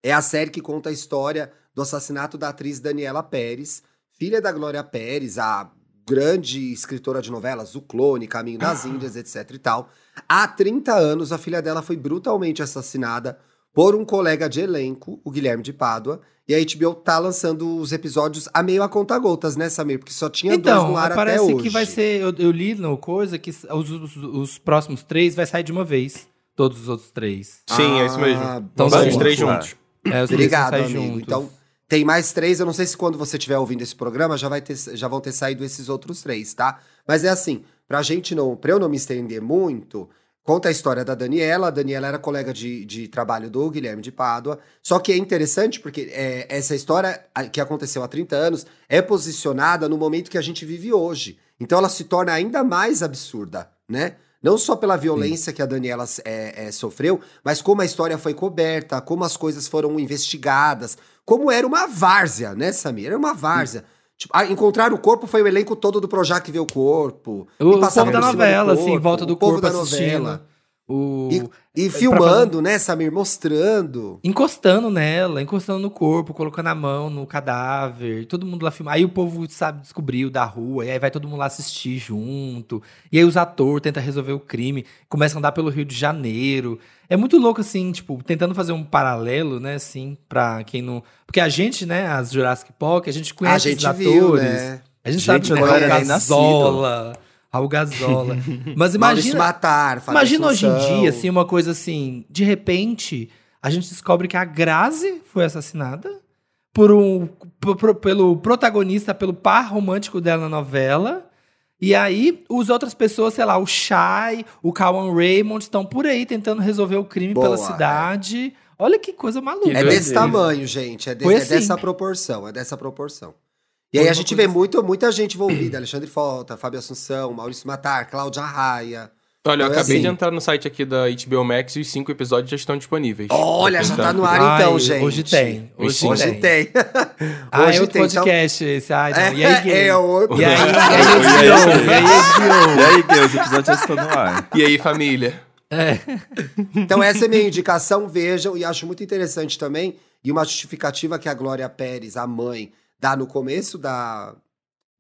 É a série que conta a história do assassinato da atriz Daniela Pérez, filha da Glória Pérez, a grande escritora de novelas, O Clone, Caminho (coughs) das Índias, etc e tal. Há 30 anos, a filha dela foi brutalmente assassinada por um colega de elenco, o Guilherme de Pádua. E a HBO tá lançando os episódios a meio a conta gotas, né, Samir? Porque só tinha dois Então, no ar até parece hoje. que vai ser. Eu, eu li no coisa que os, os- os próximos três vai sair de uma vez. Todos os outros três. Sim, é isso mesmo. Ah, Então, Vamos são os bom. três Vamos lá. juntos. É, os três vão Obrigado, sair amigo. juntos. Então, tem mais três. Eu não sei se quando você estiver ouvindo esse programa já, vai ter, já vão ter saído esses outros três, tá? Mas é assim, pra gente não. Pra eu não me estender muito, Conta a história da Daniela. A Daniela era colega de, de trabalho do Guilherme de Pádua. Só que é interessante porque é, essa história a- que aconteceu há 30 anos é posicionada no momento que a gente vive hoje. Então ela se torna ainda mais absurda, né? Não só pela violência que a Daniela é, é, sofreu, mas como a história foi coberta, como as coisas foram investigadas, como era uma várzea, né, Samir? Era uma várzea. Tipo, ah, encontrar o corpo foi o elenco todo do Projac ver o corpo. O, e o passava povo da por cima do novela, assim, em corpo, volta do o povo corpo da assistindo. novela. O... É, E filmando, né, Samir? Mostrando. Encostando nela, encostando no corpo, colocando a mão no cadáver, todo mundo lá filmar. Aí o povo, sabe, descobriu da rua, e aí vai todo mundo lá assistir junto. E aí os atores tentam resolver o crime, começam a andar pelo Rio de Janeiro. É muito louco, assim, tipo, tentando fazer um paralelo, né, assim, pra quem não. Porque a gente, né, as Jurassic Park, a gente a conhece gente os viu, atores. né? A gente, Gente, sabe que eu é não Raul era nem nascido. Gazola. (laughs) Raul Gazola. Maurício Mas imagina. Matar, Fábio Imagina hoje em Assunção. dia, assim, uma coisa assim, de repente, a gente descobre que a Grazi foi assassinada por um por- por- pelo protagonista, pelo par romântico dela na novela. E aí, as outras pessoas, sei lá, o Shai, o Kawan Raymond, estão por aí tentando resolver o crime Boa, pela cidade. Olha que coisa maluca. Que É doideira. desse tamanho, gente. É, de- Foi é assim. dessa proporção, é dessa proporção. E Foi aí a uma gente coisa vê assim. muito, muita gente envolvida. (clears throat) Alexandre Falta, Fábio Assunção, Maurício Matar, Cláudia Raia. Olha, Então é eu acabei de assim. entrar no site aqui da HBO Max e os cinco episódios já estão disponíveis. Olha, já tá no ar então, Ai, gente. Hoje tem. Hoje Hoje, Hoje tem. (laughs) tem. Ah, Hoje é outro tem, então- podcast esse. Ai, não. (laughs) (laughs) e aí, É, gay? é outro. E aí, e E dạ. aí, HBO, e aí, HBO. E aí, Gui, os episódios já estão no ar. E aí, família? É. Então essa é minha indicação, vejam, e acho muito interessante também, e uma justificativa que a Glória Pérez, a mãe, dá no começo da,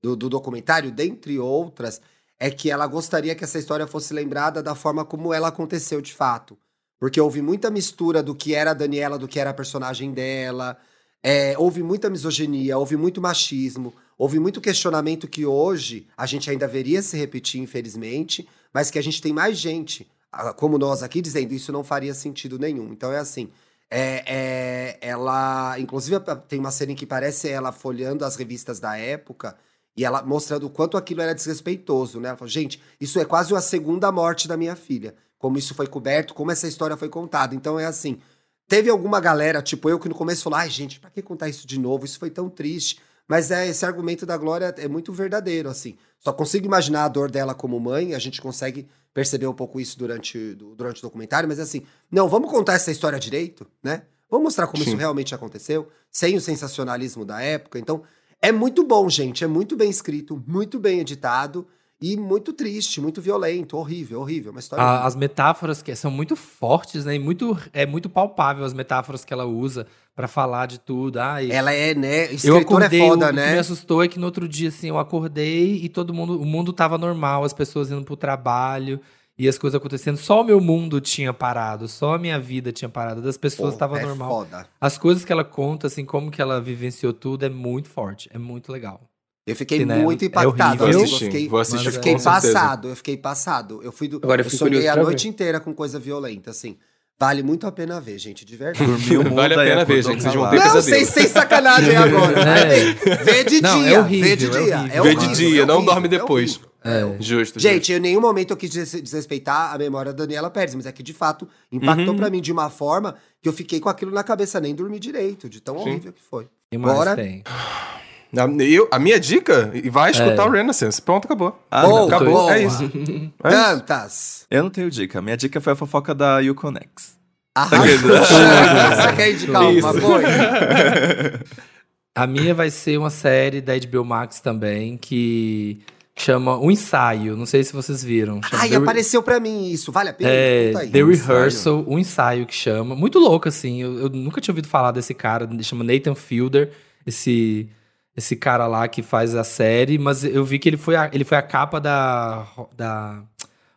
do, do documentário, dentre outras, é que ela gostaria que essa história fosse lembrada da forma como ela aconteceu de fato. Porque houve muita mistura do que era a Daniela, do que era a personagem dela, é, houve muita misoginia, houve muito machismo, houve muito questionamento que hoje a gente ainda veria se repetir, infelizmente, mas que a gente tem mais gente ah, como nós aqui dizendo isso não faria sentido nenhum. Então é assim. é- é- ela, inclusive, a- tem uma cena em que parece ela folheando as revistas da época e ela mostrando o quanto aquilo era desrespeitoso, né? Ela fala, gente, isso é quase a segunda morte da minha filha. Como isso foi coberto, como essa história foi contada. Então é assim. Teve alguma galera, tipo eu, que no começo falou: ai, gente, pra que contar isso de novo? Isso foi tão triste. Mas é, esse argumento da Glória é muito verdadeiro, assim. Só consigo imaginar a dor dela como mãe, a gente consegue perceber um pouco isso durante, do- durante o documentário, mas é assim, não, vamos contar essa história direito, né? Vamos mostrar como isso Sim. realmente aconteceu, sem o sensacionalismo da época. Então, é muito bom, gente. É muito bem escrito, muito bem editado e muito triste, muito violento, horrível, horrível. Uma história. A- horrível. as metáforas que são muito fortes, né? E muito, é muito palpável as metáforas que ela usa pra falar de tudo. Ai, Ela é, né? eu Escritora acordei, é foda, o, o que né? me assustou é que no outro dia, assim, eu acordei e todo mundo, o mundo tava normal, as pessoas indo pro trabalho e as coisas acontecendo. Só o meu mundo tinha parado, só a minha vida tinha parado, das Pô, pessoas tava é normal. foda. As coisas que ela conta, assim, como que ela vivenciou tudo, é muito forte, é muito legal. Eu fiquei Sim, né? muito É impactado. horrível. assim, Vou eu assistir, fiquei, vou assistir eu com fiquei certeza. passado, eu fiquei passado. Eu fui do. Agora eu eu fico sonhei curioso a pra ver. noite inteira com coisa violenta, assim. Vale muito a pena ver, gente, de verdade. Dormiu o mundo, Vale a aí pena ver, acordou gente, vocês vão calado. ter Não, sem, pesadelo. sem (laughs) sacanagem agora. né? É. Vê de Não, é dia, vê de horrível, dia. é horrível. é Vê de horrível, dia, é não horrível, dorme é depois. horrível. Justo. Gente, eu em nenhum momento eu quis des- desrespeitar a memória da Daniela Pérez, mas é que de fato impactou Uhum. pra mim de uma forma que eu fiquei com aquilo na cabeça, nem dormi direito, de tão Sim. horrível que foi. E mais Bora. tem. A, eu- a minha dica? E Vai É. escutar o Renaissance. Pronto, acabou. Ah, Boa, não. acabou. boa. É (laughs) isso. É isso. Tantas! Eu não tenho dica. Minha dica foi a fofoca da Yukonex. Arrasou. Você quer indicar alguma Tá (laughs) Isso. coisa? A minha vai ser uma série da HBO Max também, que chama O Ensaio. Não sei se vocês viram. Chama Ai, The Re- apareceu pra mim isso. Vale a pena? É, Conta aí. The Rehearsal, um ensaio que chama. Muito louco, assim. Eu, eu nunca tinha ouvido falar desse cara. Ele chama Nathan Fielder, esse, esse cara lá que faz a série. Mas eu vi que ele foi a, ele foi a capa da, da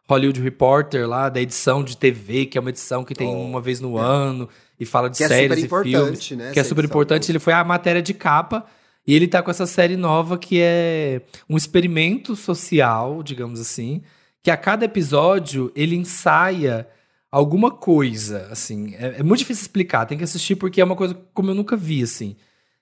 Hollywood Reporter lá, da edição de TV, que é uma edição que tem Oh, uma vez no ano e fala de Que é super séries e filmes importante, né? que é essa super edição. importante. Ele foi a matéria de capa e ele tá com essa série nova que é um experimento social, digamos assim, que a cada episódio ele ensaia alguma coisa, assim. É, é muito difícil explicar, tem que assistir porque é uma coisa como eu nunca vi, assim.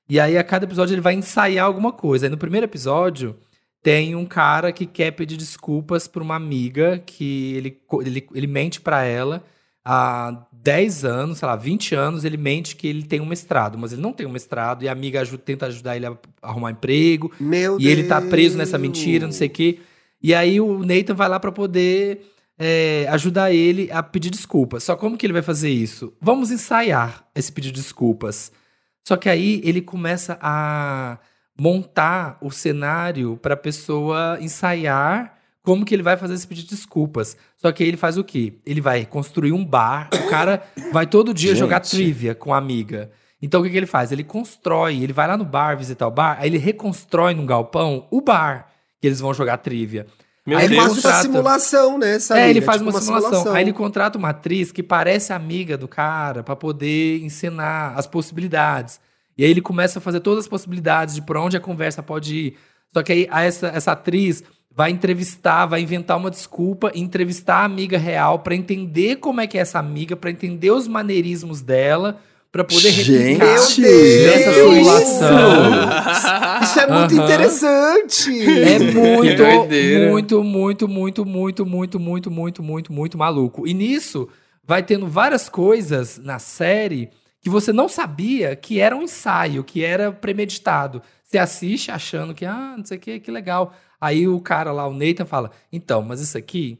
E aí a cada episódio ele vai ensaiar alguma coisa. Aí no primeiro episódio tem um cara que quer pedir desculpas pra uma amiga que ele, co- ele, ele mente pra ela há 10 anos, sei lá, 20 anos, ele mente que ele tem um mestrado, mas ele não tem um mestrado e a amiga aju- tenta ajudar ele a arrumar emprego Meu e ele tá preso nessa Deus. mentira, não sei o quê. E aí o Nathan vai lá pra poder é, ajudar ele a pedir desculpas. Só como que ele vai fazer isso? Vamos ensaiar esse pedido de desculpas. Só que aí ele começa a montar o cenário pra pessoa ensaiar como que ele vai fazer esse pedido de desculpas. Só que aí ele faz o quê? Ele vai construir um bar, o cara vai todo dia jogar Gente. trivia com a amiga. Então o que, que ele faz? Ele constrói, ele vai lá no bar visitar o bar, aí ele reconstrói num galpão o bar que eles vão jogar trivia. Meu Aí É Deus. quase uma contrata. simulação, né? Samira? é, ele faz tipo uma, simulação. Aí ele contrata uma atriz que parece amiga do cara pra poder encenar as possibilidades. E aí ele começa a fazer todas as possibilidades de pra onde a conversa pode ir. Só que aí a essa, essa atriz vai entrevistar, vai inventar uma desculpa, e entrevistar a amiga real pra entender como é que é essa amiga, pra entender os maneirismos dela, pra poder Gente! replicar. Meu Deus! Nessa simulação. Isso é muito Aham. interessante! (laughs) É muito, doideira. muito, muito, muito, muito, muito, muito, muito, muito, muito maluco. E nisso vai tendo várias coisas na série que você não sabia que era um ensaio, que era premeditado. Você assiste achando que, ah, não sei o que, que legal. Aí o cara lá, o Nathan, fala: então, mas isso aqui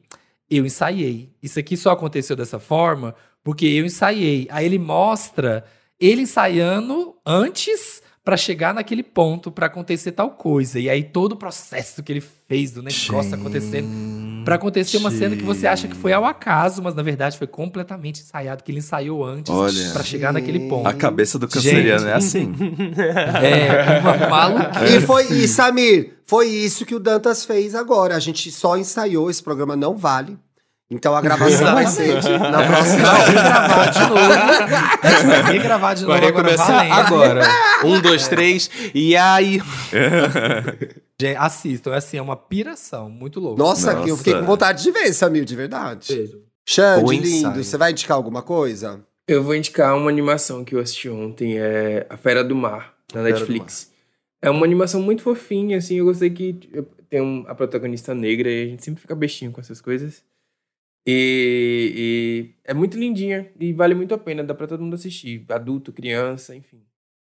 eu ensaiei. Isso aqui só aconteceu dessa forma porque eu ensaiei. Aí ele mostra ele ensaiando antes pra chegar naquele ponto pra acontecer tal coisa. E aí todo o processo que ele fez do negócio acontecendo Pra acontecer uma cena que você acha que foi ao acaso, mas na verdade foi completamente ensaiado, que ele ensaiou antes Olha. pra chegar naquele ponto. A cabeça do canceriano Gente. é assim. É, uma maluquice. E foi e Samir, foi isso que o Dantas fez agora. A gente só ensaiou, esse programa não vale. Então a gravação vai ser na (laughs) Não, próxima. regravar de novo. Regravar de novo Agora ia agora, começar valendo. agora. Um, dois, três. E aí. Gente, assistam, é assim, é uma piração, muito louco. Nossa, que eu Nossa. fiquei com vontade de ver, Samir, de verdade. Beijo. Xande, Ou lindo, ensaio. você vai indicar alguma coisa? Eu vou indicar uma animação que eu assisti ontem, é A Fera do Mar, Fera na do Netflix. É uma animação muito fofinha, assim, eu gostei que eh, tem um- a protagonista negra e a gente sempre fica bestinho com essas coisas. E, e é muito lindinha e vale muito a pena, dá pra todo mundo assistir, adulto, criança, enfim.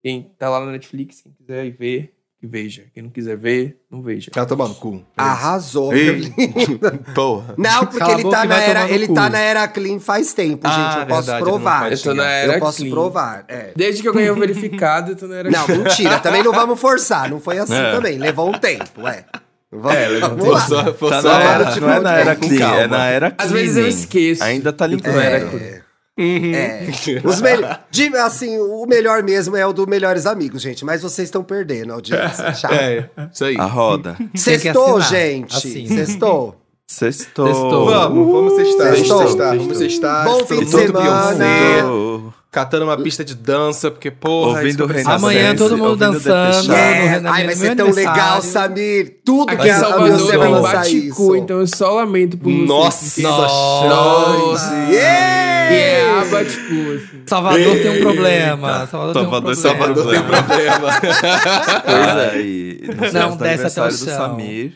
Quem tá lá na Netflix, quem quiser ir ver, que veja. Quem não quiser ver, não veja. Tá tomando cu. É. Arrasou, meu Ei. lindo. (laughs) Porra. (laughs) Não, porque Cala a ele boca tá e na vai era, tomar no ele cu. tá na era clean faz tempo, Ah, gente. Eu posso verdade, ele não provar. faz Eu tô na era Eu posso clean. provar. é. Desde que eu ganhei o verificado, eu tô na era Não, mentira. Também não vamos forçar. Não foi assim É. também. Levou um tempo, é. Vamos, um vamos lá. Forçou- Tá forçou na a barra. era, não é na era Com clean, é calma. na era clean. Às vezes eu esqueço. Ainda tá limpando. era É. clean. Uhum. É. Os mel- de- assim, o melhor mesmo é o do Melhores Amigos, gente. Mas vocês estão perdendo a audiência. Chato. É, isso aí. A roda. Sextou, assinar. gente. Assim. Assina. Sextou. Sextou. Sextou. Vamos, vamos sextar. Sextou. Vamos sextar. Vamos sextar. Bom Pelo fim de mundo Produto semana. Beyoncé. Catando uma pista de dança, porque, porra, Ouvindo é isso que eu o preciso Renan fazer. Amanhã Sense, todo mundo ouvindo dançando. The Show. É. É. Renan, Ai, meu vai ser tão legal, aniversário. Samir. Tudo Aqui que em a a Salvador Beyoncé vai tem um lançar isso. Baticu, então eu só lamento por vocês. Nossa, Nossa. Xande. E é a Baticu, assim. Salvador tem um problema. Salvador, Salvador, tem um problema. Salvador tem Problema. (laughs) Cara, é, e nos Não, anos do desce até o aniversário do chão. Samir.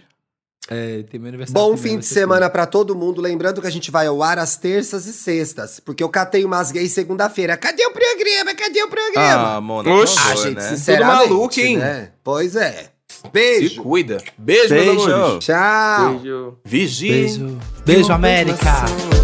É, tem meu aniversário Bom também, fim vai de ser semana pra todo mundo. Lembrando que a gente vai ao ar às terças e sextas, porque eu catei umas gays segunda-feira. Cadê o programa? Cadê o programa? Ah, Mona, Oxe. por Ah, favor, gente, né? sinceramente, Tudo maluco, hein? né? Pois é. Se Beijo. cuida. Beijo, meus Beijo. amores. Tchau. Beijo. tudo. Vigia. Beijo. Beijo, América. América.